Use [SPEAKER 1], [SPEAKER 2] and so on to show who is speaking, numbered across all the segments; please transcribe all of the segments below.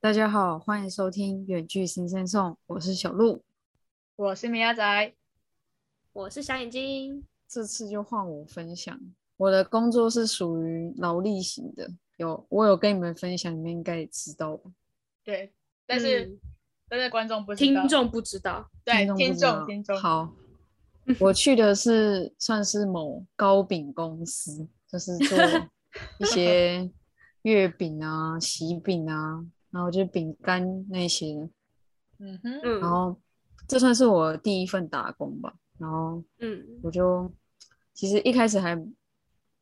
[SPEAKER 1] 大家好，欢迎收听《远距新生颂》，我是小鹿。
[SPEAKER 2] 我是米亚仔，
[SPEAKER 3] 我是小眼睛，
[SPEAKER 1] 这次就换我分享，我的工作是属于劳力型的，有我有跟你们分享，你们应该也知道吧？
[SPEAKER 2] 对，但是、
[SPEAKER 3] 嗯
[SPEAKER 2] 但是观众不知道
[SPEAKER 3] 听众不知道，
[SPEAKER 2] 对
[SPEAKER 1] 不
[SPEAKER 2] 听
[SPEAKER 1] 知道
[SPEAKER 2] 众听众嗯
[SPEAKER 1] 好，我去的是算是某糕饼公司，就是做一 些月饼啊、喜饼啊，然后就是饼干那些的
[SPEAKER 2] 嗯哼，
[SPEAKER 3] 嗯，
[SPEAKER 1] 然后这算是我第一份打工吧。然后
[SPEAKER 3] 嗯
[SPEAKER 1] 我就其实一开始还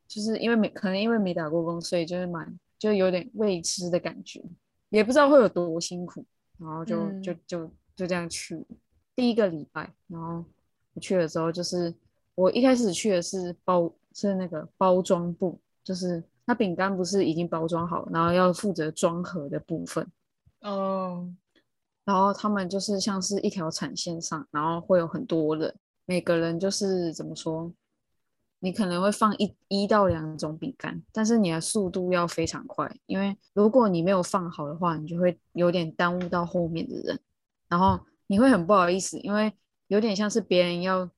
[SPEAKER 1] 就是因为没可能因为没打过工，所以就是蛮就有点未知的感觉，也不知道会有多辛苦，然后就、就
[SPEAKER 2] 嗯
[SPEAKER 1] 就就这样去第一个礼拜，然后我去的时候就是我一开始去的是包是那个包装部，就是它饼干不是已经包装好，然后要负责装盒的部分。
[SPEAKER 2] 哦，
[SPEAKER 1] 然后他们就是像是一条产线上，然后会有很多人，每个人就是怎么说，你可能会放一一到两种饼干，但是你的速度要非常快，因为如果你没有放好的话，你就会有点耽误到后面的人，然后你会很不好意思，因为有点像是别人要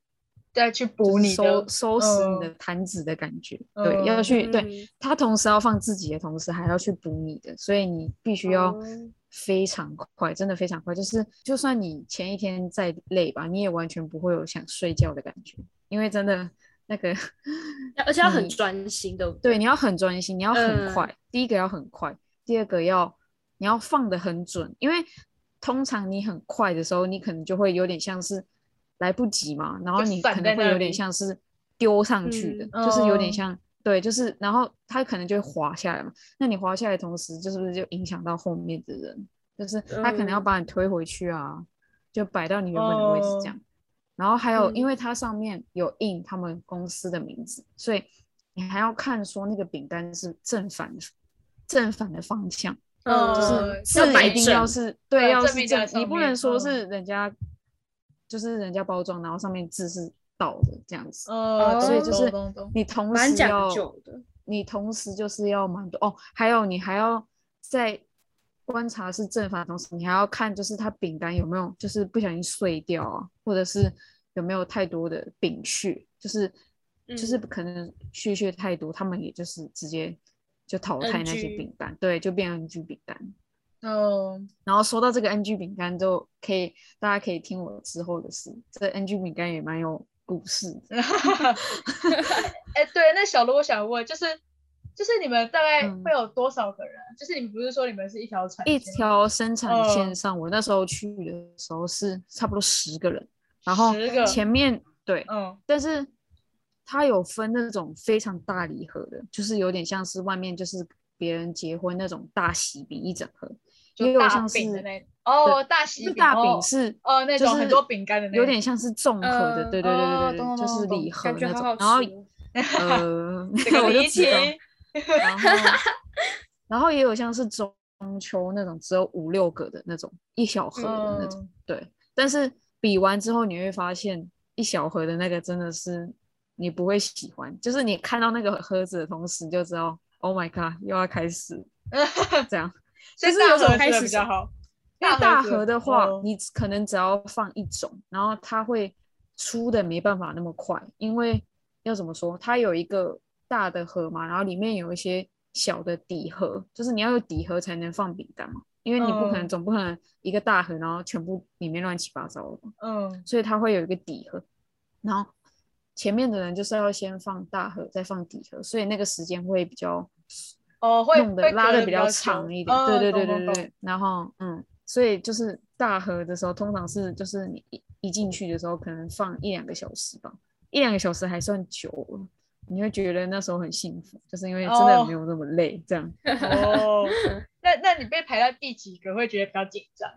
[SPEAKER 2] 再去
[SPEAKER 1] 就
[SPEAKER 2] 补
[SPEAKER 1] 是
[SPEAKER 2] 你
[SPEAKER 1] 收
[SPEAKER 2] 的，
[SPEAKER 1] 收拾你的
[SPEAKER 2] 嗯
[SPEAKER 1] 摊子的感觉，对，要
[SPEAKER 2] 嗯
[SPEAKER 1] 去对，
[SPEAKER 3] 嗯
[SPEAKER 1] 他同时要放自己的同时，还要去补你的，所以你必须要
[SPEAKER 3] 哦
[SPEAKER 1] 非常快，真的非常快。就是就算你前一天再累吧，你也完全不会有想睡觉的感觉，因为真的那个
[SPEAKER 3] 要而且要很
[SPEAKER 1] 你
[SPEAKER 3] 专心的，
[SPEAKER 1] 对，你要很专心，你要很
[SPEAKER 3] 嗯
[SPEAKER 1] 快。第一个要很快，第二个要你要放的很准，因为通常你很快的时候，你可能就会有点像是来不及嘛，然后
[SPEAKER 2] 就
[SPEAKER 1] 你
[SPEAKER 2] 散
[SPEAKER 1] 可
[SPEAKER 2] 在
[SPEAKER 1] 能会
[SPEAKER 2] 那
[SPEAKER 1] 有点
[SPEAKER 2] 里
[SPEAKER 1] 像是丢上去的，
[SPEAKER 3] 嗯
[SPEAKER 1] 就是有点
[SPEAKER 2] 嗯
[SPEAKER 1] 像对，就是然后它可能就会滑下来嘛。那你滑下来的同时，就是不是就影响到后面的人？就是他可能要
[SPEAKER 3] 嗯
[SPEAKER 1] 把你推回去啊，就摆到你原本的位置这样。
[SPEAKER 2] 哦
[SPEAKER 1] 然后还有，
[SPEAKER 3] 嗯
[SPEAKER 1] 因为它上面有印他们公司的名字，所以你还要看说那个饼干是正反正反的方向，
[SPEAKER 3] 嗯，
[SPEAKER 1] 就
[SPEAKER 2] 呃
[SPEAKER 1] 是
[SPEAKER 3] 要
[SPEAKER 1] 字
[SPEAKER 3] 摆
[SPEAKER 1] 一定
[SPEAKER 3] 正
[SPEAKER 1] 要是对，
[SPEAKER 2] 对
[SPEAKER 1] 要
[SPEAKER 2] 正
[SPEAKER 1] 是
[SPEAKER 2] 面加
[SPEAKER 1] 正，
[SPEAKER 2] 上
[SPEAKER 1] 你不能
[SPEAKER 2] 面
[SPEAKER 1] 说
[SPEAKER 2] 嗯
[SPEAKER 1] 是人家就是人家包装，然后上面字是倒的这样子，
[SPEAKER 2] 呃，
[SPEAKER 1] 啊所以
[SPEAKER 3] 哦
[SPEAKER 2] 懂
[SPEAKER 1] 就是
[SPEAKER 2] 懂懂
[SPEAKER 1] 你同
[SPEAKER 3] 蛮
[SPEAKER 1] 时
[SPEAKER 3] 讲
[SPEAKER 1] 要
[SPEAKER 3] 究的
[SPEAKER 1] 你同时就是要蛮多哦，还有你还要在观察是正反的同时，你还要看就是它饼干有没有就是不小心碎掉啊，或者是有没有太多的饼屑，就是就是
[SPEAKER 3] 嗯
[SPEAKER 1] 可能屑屑太多，他们也就是直接就淘汰那些
[SPEAKER 3] NG
[SPEAKER 1] 饼干，对，就变 NG 饼干。
[SPEAKER 2] 懂， 哦，
[SPEAKER 1] 然后说到这个 NG 饼干，就可以大家可以听我之后的事，这 NG 饼干也蛮有故事的。
[SPEAKER 2] 哎，对，那小卢，我想问，就是就是你们大概
[SPEAKER 1] 嗯
[SPEAKER 2] 会有多少个人啊？就是你们不是说你们是一条船
[SPEAKER 1] 一
[SPEAKER 2] 线
[SPEAKER 1] 条生产线
[SPEAKER 2] 嗯
[SPEAKER 1] 上，我那时候去的时候是差不多十个人，然后
[SPEAKER 2] 十个，
[SPEAKER 1] 前面对，
[SPEAKER 2] 嗯
[SPEAKER 1] 但是它有分那种非常大礼盒的，就是有点像是外面就是别人结婚那种大喜饼一整盒，
[SPEAKER 2] 就
[SPEAKER 1] 也有
[SPEAKER 2] 大
[SPEAKER 1] 像是
[SPEAKER 2] 饼的那哦大喜
[SPEAKER 1] 那
[SPEAKER 2] 饼
[SPEAKER 1] 大
[SPEAKER 2] 哦
[SPEAKER 1] 饼是
[SPEAKER 2] 哦那
[SPEAKER 1] 就
[SPEAKER 2] 种很
[SPEAKER 1] 是
[SPEAKER 2] 多饼干的那
[SPEAKER 1] 有
[SPEAKER 2] 种
[SPEAKER 1] 点像是综合的，
[SPEAKER 3] 嗯
[SPEAKER 1] 对对对
[SPEAKER 2] 哦
[SPEAKER 1] 对对
[SPEAKER 2] 懂
[SPEAKER 1] 对，就
[SPEAKER 2] 懂
[SPEAKER 1] 是
[SPEAKER 2] 懂懂
[SPEAKER 1] 礼盒
[SPEAKER 3] 感觉
[SPEAKER 1] 那
[SPEAKER 3] 好
[SPEAKER 1] 种，
[SPEAKER 3] 好吃
[SPEAKER 1] 然后
[SPEAKER 3] 哦，
[SPEAKER 1] 呃，
[SPEAKER 2] 这个
[SPEAKER 1] 我就
[SPEAKER 2] 离
[SPEAKER 1] 知道。
[SPEAKER 2] 奇
[SPEAKER 1] 然后然后也有像是中秋那种只有五六个的那种一小盒的那种，
[SPEAKER 2] 嗯
[SPEAKER 1] 对。但是比完之后你会发现，一小盒的那个真的是你不会喜欢，就是你看到那个盒子的同时你就知道，Oh my god，又要开始 这样。
[SPEAKER 2] 所以
[SPEAKER 1] 就是
[SPEAKER 2] 大
[SPEAKER 1] 有种
[SPEAKER 2] 盒子
[SPEAKER 1] 开
[SPEAKER 2] 的
[SPEAKER 1] 始
[SPEAKER 2] 比较好。
[SPEAKER 1] 因为大盒
[SPEAKER 2] 子
[SPEAKER 1] 的话，
[SPEAKER 2] 哦
[SPEAKER 1] 你只可能只要放一种，然后它会出的没办法那么快，因为要怎么说，它有一个大的盒嘛，然后里面有一些小的底盒，就是你要有底盒才能放饼干嘛，因为你不可能、
[SPEAKER 2] 嗯
[SPEAKER 1] 总不可能一个大盒，然后全部里面乱七八糟的嘛，
[SPEAKER 2] 嗯
[SPEAKER 1] 所以它会有一个底盒，然后前面的人就是要先放大盒，再放底盒，所以那个时间会比较
[SPEAKER 2] 哦会
[SPEAKER 1] 弄的
[SPEAKER 2] 会
[SPEAKER 1] 拉
[SPEAKER 2] 隔
[SPEAKER 1] 的
[SPEAKER 2] 得
[SPEAKER 1] 比
[SPEAKER 2] 比
[SPEAKER 1] 较
[SPEAKER 2] 较
[SPEAKER 1] 长
[SPEAKER 2] 久
[SPEAKER 1] 一点，对
[SPEAKER 2] 嗯
[SPEAKER 1] 对对
[SPEAKER 2] 懂
[SPEAKER 1] 对
[SPEAKER 2] 懂
[SPEAKER 1] 对。然后嗯，所以就是大盒的时候，通常是就是你一一进去的时候，可能放一两个小时吧，一两个小时还算久了，你会觉得那时候很幸福，就是因为真的
[SPEAKER 2] 哦
[SPEAKER 1] 没有那么累，这样
[SPEAKER 2] 哦，那那你被排到第几个会觉得比较紧张？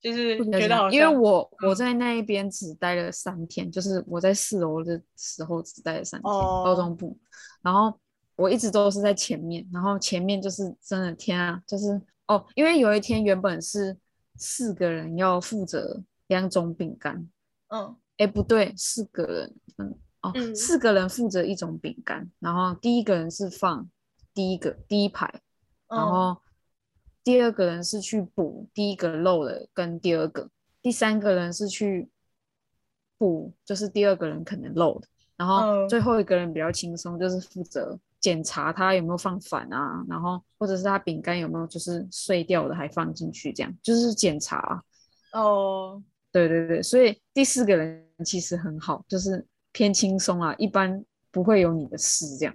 [SPEAKER 2] 就是
[SPEAKER 1] 不
[SPEAKER 2] 觉得
[SPEAKER 1] 知道
[SPEAKER 2] 好
[SPEAKER 1] 因为
[SPEAKER 2] 像嗯
[SPEAKER 1] 我我在那一边只待了三天，就是我在四楼的时候只待了三天，
[SPEAKER 2] 哦
[SPEAKER 1] 包装部，然后我一直都是在前面，然后前面就是真的天啊，就是哦，因为有一天原本是四个人要负责两种饼干，
[SPEAKER 2] 嗯
[SPEAKER 1] 哎不对，四个人，嗯哦，
[SPEAKER 3] 嗯
[SPEAKER 1] 四个人负责一种饼干，然后第一个人是放第一个第一排，然
[SPEAKER 2] 嗯
[SPEAKER 1] 后第二个人是去补第一个漏的跟第二个，第三个人是去补就是第二个人可能漏的，然后
[SPEAKER 2] 嗯
[SPEAKER 1] 最后一个人比较轻松，就是负责检查他有没有放反啊，然后或者是他饼干有没有就是碎掉的还放进去，这样就是检查啊、
[SPEAKER 2] 哦，
[SPEAKER 1] 对对对，所以第四个人其实很好，就是偏轻松啊，一般不会有你的事这样。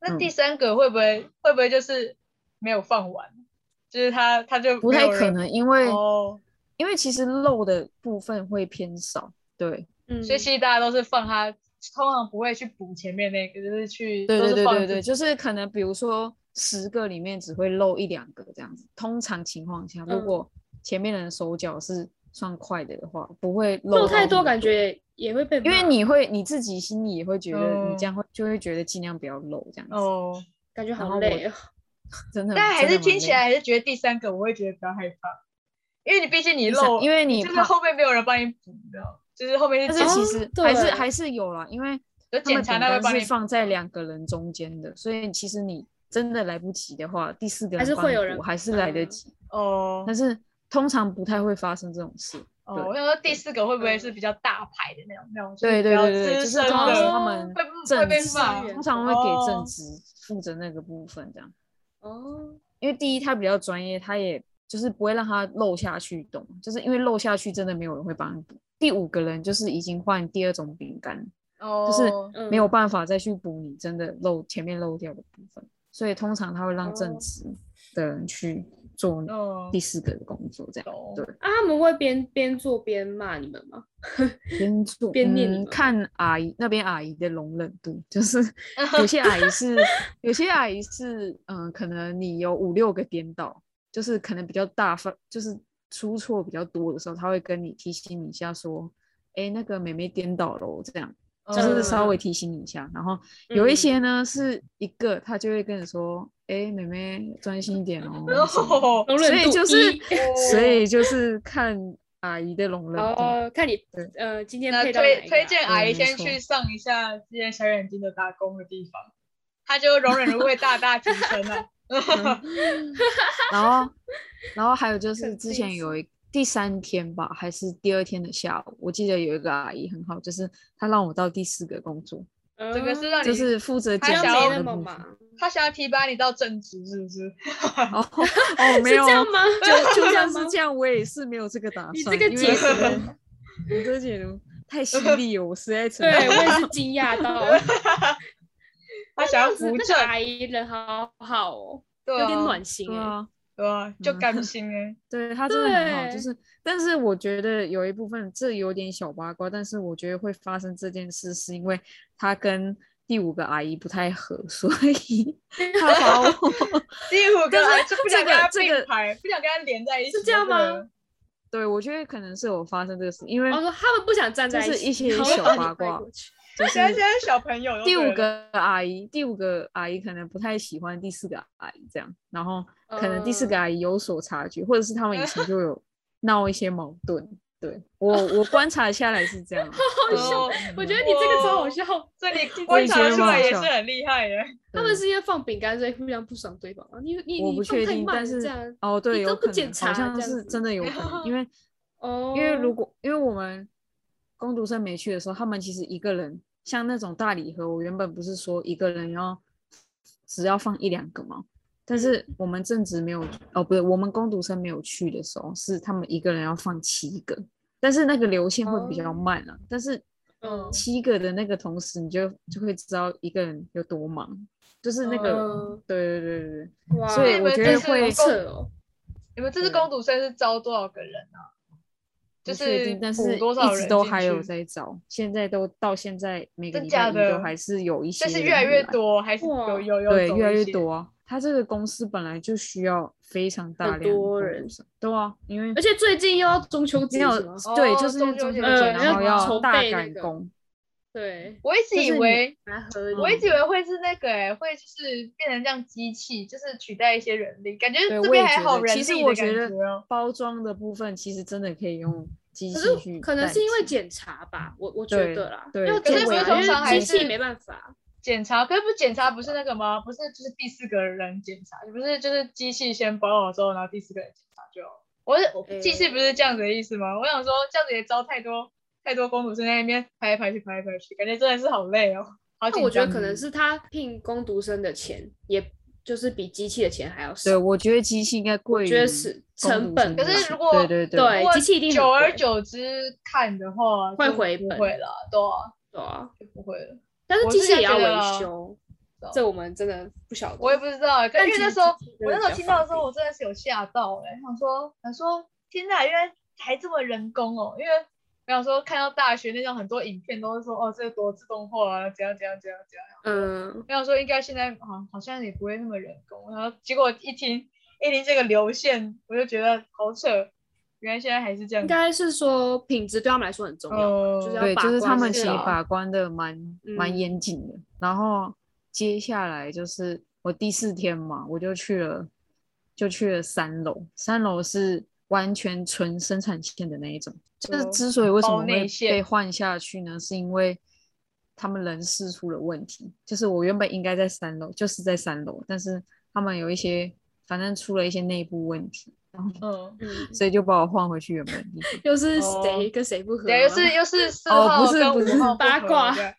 [SPEAKER 2] 那
[SPEAKER 1] 嗯
[SPEAKER 2] 第三个会不会、会不会就是没有放完？就是他他就
[SPEAKER 1] 不
[SPEAKER 2] 没
[SPEAKER 1] 太
[SPEAKER 2] 有人
[SPEAKER 1] 可能，因为、
[SPEAKER 2] 哦，
[SPEAKER 1] 因为其实漏的部分会偏少，对
[SPEAKER 3] 嗯，
[SPEAKER 2] 所以其实大家都是放他，通常不会去补前面那个，就是去
[SPEAKER 1] 对对
[SPEAKER 2] 都是
[SPEAKER 1] 对
[SPEAKER 2] 放
[SPEAKER 1] 对对，
[SPEAKER 2] 自己
[SPEAKER 1] 就是可能比如说十个里面只会漏一两个这样子，通常情况下，如
[SPEAKER 3] 嗯
[SPEAKER 1] 果前面的人手脚是算快的的话，不会漏
[SPEAKER 3] 漏嗯太
[SPEAKER 1] 到
[SPEAKER 3] 多，
[SPEAKER 1] 很
[SPEAKER 3] 感觉也会被骂，
[SPEAKER 1] 因为你会你自己心里也会觉得你
[SPEAKER 2] 嗯
[SPEAKER 1] 这样会就会觉得尽量不要漏这样子，
[SPEAKER 2] 哦，
[SPEAKER 3] 感觉
[SPEAKER 1] 然
[SPEAKER 3] 好
[SPEAKER 1] 后
[SPEAKER 3] 累哦。
[SPEAKER 1] 真的，
[SPEAKER 2] 但还
[SPEAKER 1] 嗯真的
[SPEAKER 2] 是
[SPEAKER 1] 蛮
[SPEAKER 2] 听起
[SPEAKER 1] 累
[SPEAKER 2] 来还是觉得第三个我会觉得比较害怕，因为你毕竟你
[SPEAKER 1] 你想
[SPEAKER 2] 漏，
[SPEAKER 1] 因为你
[SPEAKER 2] 就是
[SPEAKER 1] 怕
[SPEAKER 2] 后面没有人帮你补的，就是后面
[SPEAKER 1] 但
[SPEAKER 2] 是
[SPEAKER 1] 是
[SPEAKER 2] 检
[SPEAKER 1] 其
[SPEAKER 3] 哦
[SPEAKER 1] 实
[SPEAKER 3] 对
[SPEAKER 1] 还是还是有啦，因为
[SPEAKER 2] 有
[SPEAKER 1] 他
[SPEAKER 2] 检
[SPEAKER 1] 们
[SPEAKER 2] 查
[SPEAKER 1] 饼
[SPEAKER 2] 那会帮
[SPEAKER 1] 干
[SPEAKER 2] 你
[SPEAKER 1] 是放在两个人中间的，所以其实你真的来不及的话，第四个
[SPEAKER 3] 还
[SPEAKER 1] 人
[SPEAKER 3] 是
[SPEAKER 1] 帮
[SPEAKER 3] 会
[SPEAKER 1] 你
[SPEAKER 3] 有人
[SPEAKER 1] 补还是来得及，
[SPEAKER 2] 哦
[SPEAKER 1] 但是通常不太会发生这种事。
[SPEAKER 2] 哦，
[SPEAKER 1] 对
[SPEAKER 2] 我想说第四个会不会是比较大牌的那种那种？
[SPEAKER 1] 对对对对，
[SPEAKER 2] 就
[SPEAKER 1] 就是是
[SPEAKER 2] 比较资深
[SPEAKER 1] 通常
[SPEAKER 2] 的
[SPEAKER 1] 是
[SPEAKER 3] 哦
[SPEAKER 1] 他们
[SPEAKER 2] 会不会
[SPEAKER 1] 正
[SPEAKER 2] 被
[SPEAKER 1] 职
[SPEAKER 2] 骂
[SPEAKER 3] 资源
[SPEAKER 1] 通常会给正
[SPEAKER 2] 哦
[SPEAKER 1] 职负责那个部分这样，
[SPEAKER 3] 哦，
[SPEAKER 1] 因为第一他比较专业，他也就是不会让他漏下去，懂吗？就是因为漏下去真的没有人会帮你补。第五个人就是已经换第二种饼干了，
[SPEAKER 2] 哦，
[SPEAKER 1] 就是
[SPEAKER 3] 嗯
[SPEAKER 1] 没有办法再去补你真的漏前面漏掉的部分，所以通常他会让
[SPEAKER 3] 哦
[SPEAKER 1] 正职的人去做
[SPEAKER 2] 哦
[SPEAKER 1] 第四个的工作，这样
[SPEAKER 2] 懂
[SPEAKER 1] 对，
[SPEAKER 3] 啊，他们会边边做边骂你们吗？
[SPEAKER 1] 边做
[SPEAKER 3] 边念你
[SPEAKER 1] 嗯
[SPEAKER 3] 吗
[SPEAKER 1] 看阿姨那边阿姨的容忍度，就是 有些阿姨是有些阿姨是嗯、呃可能你有五六个颠倒，就是可能比较大方，就是出错比较多的时候，他会跟你提醒你一下说，哎、那个妹妹颠倒了哦，这样。就
[SPEAKER 3] 嗯
[SPEAKER 1] 是稍微提醒你一下。然后有一些呢是一个，他就会跟你说：“哎，妹妹，专心一点哦。什么的
[SPEAKER 2] 哦，
[SPEAKER 3] 容忍
[SPEAKER 1] 所以
[SPEAKER 3] 度
[SPEAKER 1] 就是
[SPEAKER 3] 一
[SPEAKER 1] 所以就是看阿姨的容忍度。
[SPEAKER 3] 哦，看你
[SPEAKER 1] 对
[SPEAKER 3] 呃今天
[SPEAKER 2] 那
[SPEAKER 3] 配到哪一
[SPEAKER 2] 推
[SPEAKER 3] 个
[SPEAKER 2] 推荐阿
[SPEAKER 1] 对
[SPEAKER 2] 姨
[SPEAKER 1] 没
[SPEAKER 2] 先
[SPEAKER 1] 错
[SPEAKER 2] 去上一下之前小眼睛的打工的地方，她就容忍度会大大提升啊了。
[SPEAKER 1] 嗯 然后，然后还有就
[SPEAKER 3] 肯
[SPEAKER 1] 是之
[SPEAKER 3] 定
[SPEAKER 1] 前有一第三天吧，还是第二天的下午，我记得有一个阿姨很好，就是她让我到第四个工作，
[SPEAKER 2] 这个是
[SPEAKER 3] 嗯
[SPEAKER 2] 让
[SPEAKER 1] 就
[SPEAKER 2] 你，
[SPEAKER 1] 是负责
[SPEAKER 2] 还
[SPEAKER 1] 检
[SPEAKER 3] 好
[SPEAKER 2] 想
[SPEAKER 3] 像
[SPEAKER 2] 要
[SPEAKER 3] 没
[SPEAKER 1] 查
[SPEAKER 3] 那
[SPEAKER 1] 的
[SPEAKER 3] 么
[SPEAKER 1] 部分。
[SPEAKER 3] 忙，
[SPEAKER 2] 她想要提拔你到正职，是不 是？
[SPEAKER 1] 哦 哦，没
[SPEAKER 3] 是
[SPEAKER 1] 有
[SPEAKER 3] 这
[SPEAKER 1] 哦，
[SPEAKER 3] 样吗？
[SPEAKER 1] 就就算
[SPEAKER 3] 吗
[SPEAKER 1] 是这样，我也是没有这个打算。
[SPEAKER 3] 你这个
[SPEAKER 1] 因为
[SPEAKER 3] 解
[SPEAKER 1] 可
[SPEAKER 3] 读
[SPEAKER 1] 能， 你这个解读太犀利了，我实在承
[SPEAKER 3] 对
[SPEAKER 1] 受
[SPEAKER 3] 我也是惊讶到，
[SPEAKER 2] 她想要
[SPEAKER 3] 这样子
[SPEAKER 2] 扶
[SPEAKER 3] 那
[SPEAKER 2] 正
[SPEAKER 3] 个，阿姨人好好哦，
[SPEAKER 2] 对啊
[SPEAKER 3] 有点暖心
[SPEAKER 1] 对
[SPEAKER 3] 哎。
[SPEAKER 1] 啊，
[SPEAKER 2] 对啊，就
[SPEAKER 1] 嗯
[SPEAKER 2] 甘心 哎。
[SPEAKER 1] 对他真的很好，就
[SPEAKER 3] 对
[SPEAKER 1] 是，但是我觉得有一部分这有点小八卦，但是我觉得会发生这件事，是因为他跟第五个阿姨不太合，所以
[SPEAKER 3] 欸
[SPEAKER 1] 他把我
[SPEAKER 2] 第五个
[SPEAKER 1] 但
[SPEAKER 2] 阿
[SPEAKER 1] 是
[SPEAKER 2] 姨就不想
[SPEAKER 1] 这
[SPEAKER 2] 跟她
[SPEAKER 1] 个这
[SPEAKER 2] 并
[SPEAKER 1] 个
[SPEAKER 2] 排，不想跟她连在一起，
[SPEAKER 3] 是这样吗
[SPEAKER 2] 对？
[SPEAKER 1] 对我觉得可能是有发生这个事，因为
[SPEAKER 3] 我哦说他们不想站
[SPEAKER 1] 就
[SPEAKER 3] 在
[SPEAKER 1] 是
[SPEAKER 3] 起，
[SPEAKER 1] 一些
[SPEAKER 3] 然后
[SPEAKER 1] 小
[SPEAKER 3] 把你
[SPEAKER 1] 八
[SPEAKER 3] 推
[SPEAKER 1] 卦
[SPEAKER 3] 过去
[SPEAKER 1] 就是
[SPEAKER 2] 现在现在小朋
[SPEAKER 3] 哦
[SPEAKER 2] 友都
[SPEAKER 1] 第
[SPEAKER 2] 对
[SPEAKER 1] 五
[SPEAKER 2] 了
[SPEAKER 1] 个阿姨，第五个阿姨可能不太喜欢第四个阿姨这样，然后可能第四个
[SPEAKER 3] 嗯
[SPEAKER 1] 阿姨有所察觉，或者是他们以前就 有闹一些矛盾。对我，我观察下来是这样 啊。
[SPEAKER 3] 好
[SPEAKER 1] 嗯
[SPEAKER 3] 笑
[SPEAKER 2] 哦
[SPEAKER 3] 我觉得你这个超好笑，
[SPEAKER 2] 所以你
[SPEAKER 1] 我
[SPEAKER 2] 观
[SPEAKER 1] 以
[SPEAKER 2] 察
[SPEAKER 1] 前
[SPEAKER 2] 出来
[SPEAKER 1] 很
[SPEAKER 2] 也是
[SPEAKER 1] 好笑
[SPEAKER 2] 很厉害耶。
[SPEAKER 3] 他们
[SPEAKER 1] 对
[SPEAKER 3] 是因为放饼干所以互相不爽对方啊。你你
[SPEAKER 1] 我
[SPEAKER 3] 你
[SPEAKER 1] 不
[SPEAKER 3] 放
[SPEAKER 1] 确
[SPEAKER 3] 太
[SPEAKER 1] 定，
[SPEAKER 3] 慢
[SPEAKER 1] 但
[SPEAKER 3] 了
[SPEAKER 1] 是
[SPEAKER 3] 这样
[SPEAKER 1] 哦，对，
[SPEAKER 3] 你都
[SPEAKER 1] 有
[SPEAKER 3] 不
[SPEAKER 1] 可能
[SPEAKER 3] 检查
[SPEAKER 1] 好像
[SPEAKER 3] 这样
[SPEAKER 1] 是
[SPEAKER 3] 子
[SPEAKER 1] 真的有可能， 因为
[SPEAKER 3] 哦，
[SPEAKER 1] 因为如果因为我们工读生没去的时候，他们其实一个人像那种大礼盒，我原本不是说一个人要只要放一两个吗？但是我们正职没有哦，不对，我们工读生没有去的时候，是他们一个人要放七个，但是那个流线会比较
[SPEAKER 3] 哦
[SPEAKER 1] 慢啊。但是
[SPEAKER 3] 嗯
[SPEAKER 1] 七个的那个同时，你就就会知道一个人有多忙，就是那个、
[SPEAKER 3] 嗯
[SPEAKER 1] 对对对对对，
[SPEAKER 3] 哇，
[SPEAKER 1] 所以我觉得会
[SPEAKER 3] 好扯哦，
[SPEAKER 2] 你们这次
[SPEAKER 1] 对
[SPEAKER 2] 攻读生是招多少个人啊？就
[SPEAKER 1] 不确
[SPEAKER 2] 是
[SPEAKER 1] 定但
[SPEAKER 2] 补
[SPEAKER 1] 是
[SPEAKER 2] 多少
[SPEAKER 1] 一
[SPEAKER 2] 人
[SPEAKER 1] 直都
[SPEAKER 2] 进
[SPEAKER 1] 还有
[SPEAKER 2] 去
[SPEAKER 1] 在找，现在都到现在每个
[SPEAKER 2] 真
[SPEAKER 1] 礼拜
[SPEAKER 2] 假
[SPEAKER 1] 一
[SPEAKER 2] 的
[SPEAKER 1] 都还是有一些，
[SPEAKER 2] 但是越来越，多，还是
[SPEAKER 3] 哇
[SPEAKER 2] 有有有
[SPEAKER 1] 对，
[SPEAKER 2] 走
[SPEAKER 1] 越来
[SPEAKER 2] 一
[SPEAKER 1] 越
[SPEAKER 2] 些。
[SPEAKER 1] 多啊。他这个公司本来就需要非常大
[SPEAKER 3] 很
[SPEAKER 1] 量的
[SPEAKER 3] 多
[SPEAKER 1] 工
[SPEAKER 3] 人
[SPEAKER 1] 读生，对啊，因为
[SPEAKER 3] 而且最近又要中秋
[SPEAKER 1] 没
[SPEAKER 3] 节
[SPEAKER 1] 有
[SPEAKER 3] 是吗？
[SPEAKER 1] 对，
[SPEAKER 2] 哦
[SPEAKER 1] 就是因为
[SPEAKER 2] 中秋节
[SPEAKER 1] 中秋节，
[SPEAKER 3] 呃
[SPEAKER 1] 然后
[SPEAKER 3] 要筹
[SPEAKER 1] 大
[SPEAKER 3] 备那
[SPEAKER 1] 赶
[SPEAKER 3] 个
[SPEAKER 1] 工，
[SPEAKER 3] 对，
[SPEAKER 2] 我一直
[SPEAKER 1] 就是
[SPEAKER 2] 以
[SPEAKER 1] 你
[SPEAKER 2] 为，
[SPEAKER 3] 蛮合理。
[SPEAKER 2] 我一直以为会是那个、欸，会就是变成像机器，就是取代一些人力，感觉
[SPEAKER 1] 对，
[SPEAKER 2] 这
[SPEAKER 1] 我也
[SPEAKER 2] 边还
[SPEAKER 1] 觉
[SPEAKER 2] 好
[SPEAKER 1] 得，
[SPEAKER 2] 人
[SPEAKER 1] 其
[SPEAKER 2] 力
[SPEAKER 1] 实我
[SPEAKER 2] 的
[SPEAKER 1] 觉
[SPEAKER 2] 感
[SPEAKER 1] 得
[SPEAKER 2] 觉哦。
[SPEAKER 1] 包装的部分其实真的可以用机
[SPEAKER 3] 可
[SPEAKER 1] 器去
[SPEAKER 3] 是可能是因为
[SPEAKER 1] 代替
[SPEAKER 3] 检查吧，我我觉
[SPEAKER 1] 对
[SPEAKER 3] 得啦，
[SPEAKER 1] 对
[SPEAKER 3] 要
[SPEAKER 1] 可
[SPEAKER 3] 检
[SPEAKER 1] 是不是
[SPEAKER 3] 查，
[SPEAKER 1] 通
[SPEAKER 3] 因
[SPEAKER 2] 常还
[SPEAKER 3] 为机器
[SPEAKER 2] 是
[SPEAKER 3] 没办法，
[SPEAKER 2] 检查，可是不检查不是那个吗？不是就是第四个人检查，不是就是机器先包好之后，然后第四个人检查就。我是我
[SPEAKER 3] 诶
[SPEAKER 2] 机器不是这样子的意思吗？我想说这样子也招太多太多公主生在那边排来排去排来排去，感觉真的是好累哦，好
[SPEAKER 3] 那
[SPEAKER 2] 紧张。
[SPEAKER 3] 我觉得可能是他聘工读生的钱，也就是比机器的钱还要少
[SPEAKER 1] 对，。我觉得机器应该贵于
[SPEAKER 3] 觉得是
[SPEAKER 1] 公
[SPEAKER 3] 成
[SPEAKER 1] 读
[SPEAKER 3] 本
[SPEAKER 1] 生
[SPEAKER 3] 可
[SPEAKER 1] 的
[SPEAKER 2] 是
[SPEAKER 1] 钱
[SPEAKER 2] 如果
[SPEAKER 1] 对对
[SPEAKER 3] 对
[SPEAKER 2] 不过
[SPEAKER 3] 欸机器一定很
[SPEAKER 2] 久而
[SPEAKER 3] 贵
[SPEAKER 2] 久之看的话
[SPEAKER 3] 会
[SPEAKER 2] 就
[SPEAKER 3] 回
[SPEAKER 2] 不
[SPEAKER 3] 本
[SPEAKER 2] 会了，对啊，
[SPEAKER 3] 对啊，
[SPEAKER 2] 就不会了。
[SPEAKER 3] 但是
[SPEAKER 2] 我
[SPEAKER 3] 机
[SPEAKER 2] 是
[SPEAKER 3] 器也
[SPEAKER 2] 这
[SPEAKER 3] 要
[SPEAKER 2] 样觉得
[SPEAKER 3] 维
[SPEAKER 2] 啦
[SPEAKER 3] 修
[SPEAKER 2] 对啊，
[SPEAKER 3] 这我们真的不晓得。
[SPEAKER 2] 我也不知道欸，可
[SPEAKER 3] 但
[SPEAKER 2] 因为
[SPEAKER 3] 其
[SPEAKER 2] 那
[SPEAKER 3] 实
[SPEAKER 2] 时候
[SPEAKER 3] 机器真
[SPEAKER 2] 我
[SPEAKER 3] 的比
[SPEAKER 2] 那时候
[SPEAKER 3] 较
[SPEAKER 2] 听到的
[SPEAKER 3] 方
[SPEAKER 2] 时候，
[SPEAKER 3] 便
[SPEAKER 2] 我真的是有吓到哎、欸，想说想说天哪，原来还这么人工哦，因为我想说看到大学那种很多影片都是说哦这个多自动化啊，怎样怎样怎样怎样，
[SPEAKER 3] 嗯，
[SPEAKER 2] 我想说应该现在好好像也不会那么人工，然后结果一听一听这个流线，我就觉得好扯，原来现在还是这样
[SPEAKER 3] 应
[SPEAKER 2] 子，
[SPEAKER 3] 该是说品质对他们来说很重要。
[SPEAKER 2] 呃
[SPEAKER 3] 就是要
[SPEAKER 1] 嗯对，
[SPEAKER 3] 把
[SPEAKER 1] 就是他
[SPEAKER 3] 关
[SPEAKER 1] 们
[SPEAKER 3] 是
[SPEAKER 1] 写
[SPEAKER 3] 啊
[SPEAKER 1] 把关的蛮蛮
[SPEAKER 3] 嗯
[SPEAKER 1] 严谨的。然后接下来就是我第四天嘛，我就去了，就去了三楼。三楼是完全纯生产线的那一种。就是
[SPEAKER 2] 哦
[SPEAKER 1] 之所以为什
[SPEAKER 2] 包
[SPEAKER 1] 么
[SPEAKER 2] 内
[SPEAKER 1] 会
[SPEAKER 2] 线
[SPEAKER 1] 被换下去呢？是因为他们人事出了问题。就是我原本应该在三楼，就是在三楼，但是他们有一些反正出了一些内部问题，
[SPEAKER 2] 嗯，
[SPEAKER 3] 嗯，
[SPEAKER 1] 所以就把我换回去原本的地方。
[SPEAKER 3] 又是
[SPEAKER 2] 哦
[SPEAKER 3] 谁跟谁不合吗？
[SPEAKER 2] 对，又是又是四
[SPEAKER 1] 啊哦
[SPEAKER 2] 号
[SPEAKER 1] 不是
[SPEAKER 2] 跟
[SPEAKER 1] 不
[SPEAKER 2] 五
[SPEAKER 1] 是
[SPEAKER 2] 号不
[SPEAKER 3] 八
[SPEAKER 2] 合
[SPEAKER 3] 卦
[SPEAKER 2] 对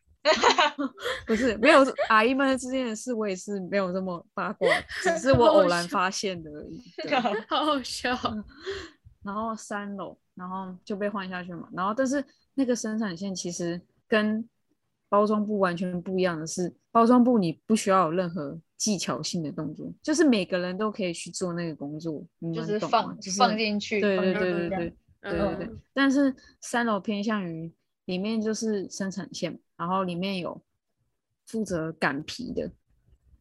[SPEAKER 1] 不是没有阿姨们之间的事，我也是没有这么八卦，只是我
[SPEAKER 3] 好
[SPEAKER 1] 偶然
[SPEAKER 3] 笑
[SPEAKER 1] 发现的而已。对
[SPEAKER 3] 好好笑。
[SPEAKER 1] 然后三楼，然后就被换下去嘛。然后但是那个生产线其实跟包装部完全不一样的是，包装部你不需要有任何技巧性的动作，就是每个人都可以去做那个工作，你
[SPEAKER 2] 就
[SPEAKER 1] 们
[SPEAKER 2] 是
[SPEAKER 1] 懂
[SPEAKER 2] 放
[SPEAKER 1] 吗？就是
[SPEAKER 2] 放进去，
[SPEAKER 1] 对
[SPEAKER 2] 放
[SPEAKER 1] 对
[SPEAKER 2] 进
[SPEAKER 1] 对
[SPEAKER 2] 去
[SPEAKER 1] 对
[SPEAKER 2] 这样
[SPEAKER 1] 对。对对对
[SPEAKER 3] 嗯，
[SPEAKER 1] 但是三楼偏向于里面就是生产线，然后里面有负责擀皮的，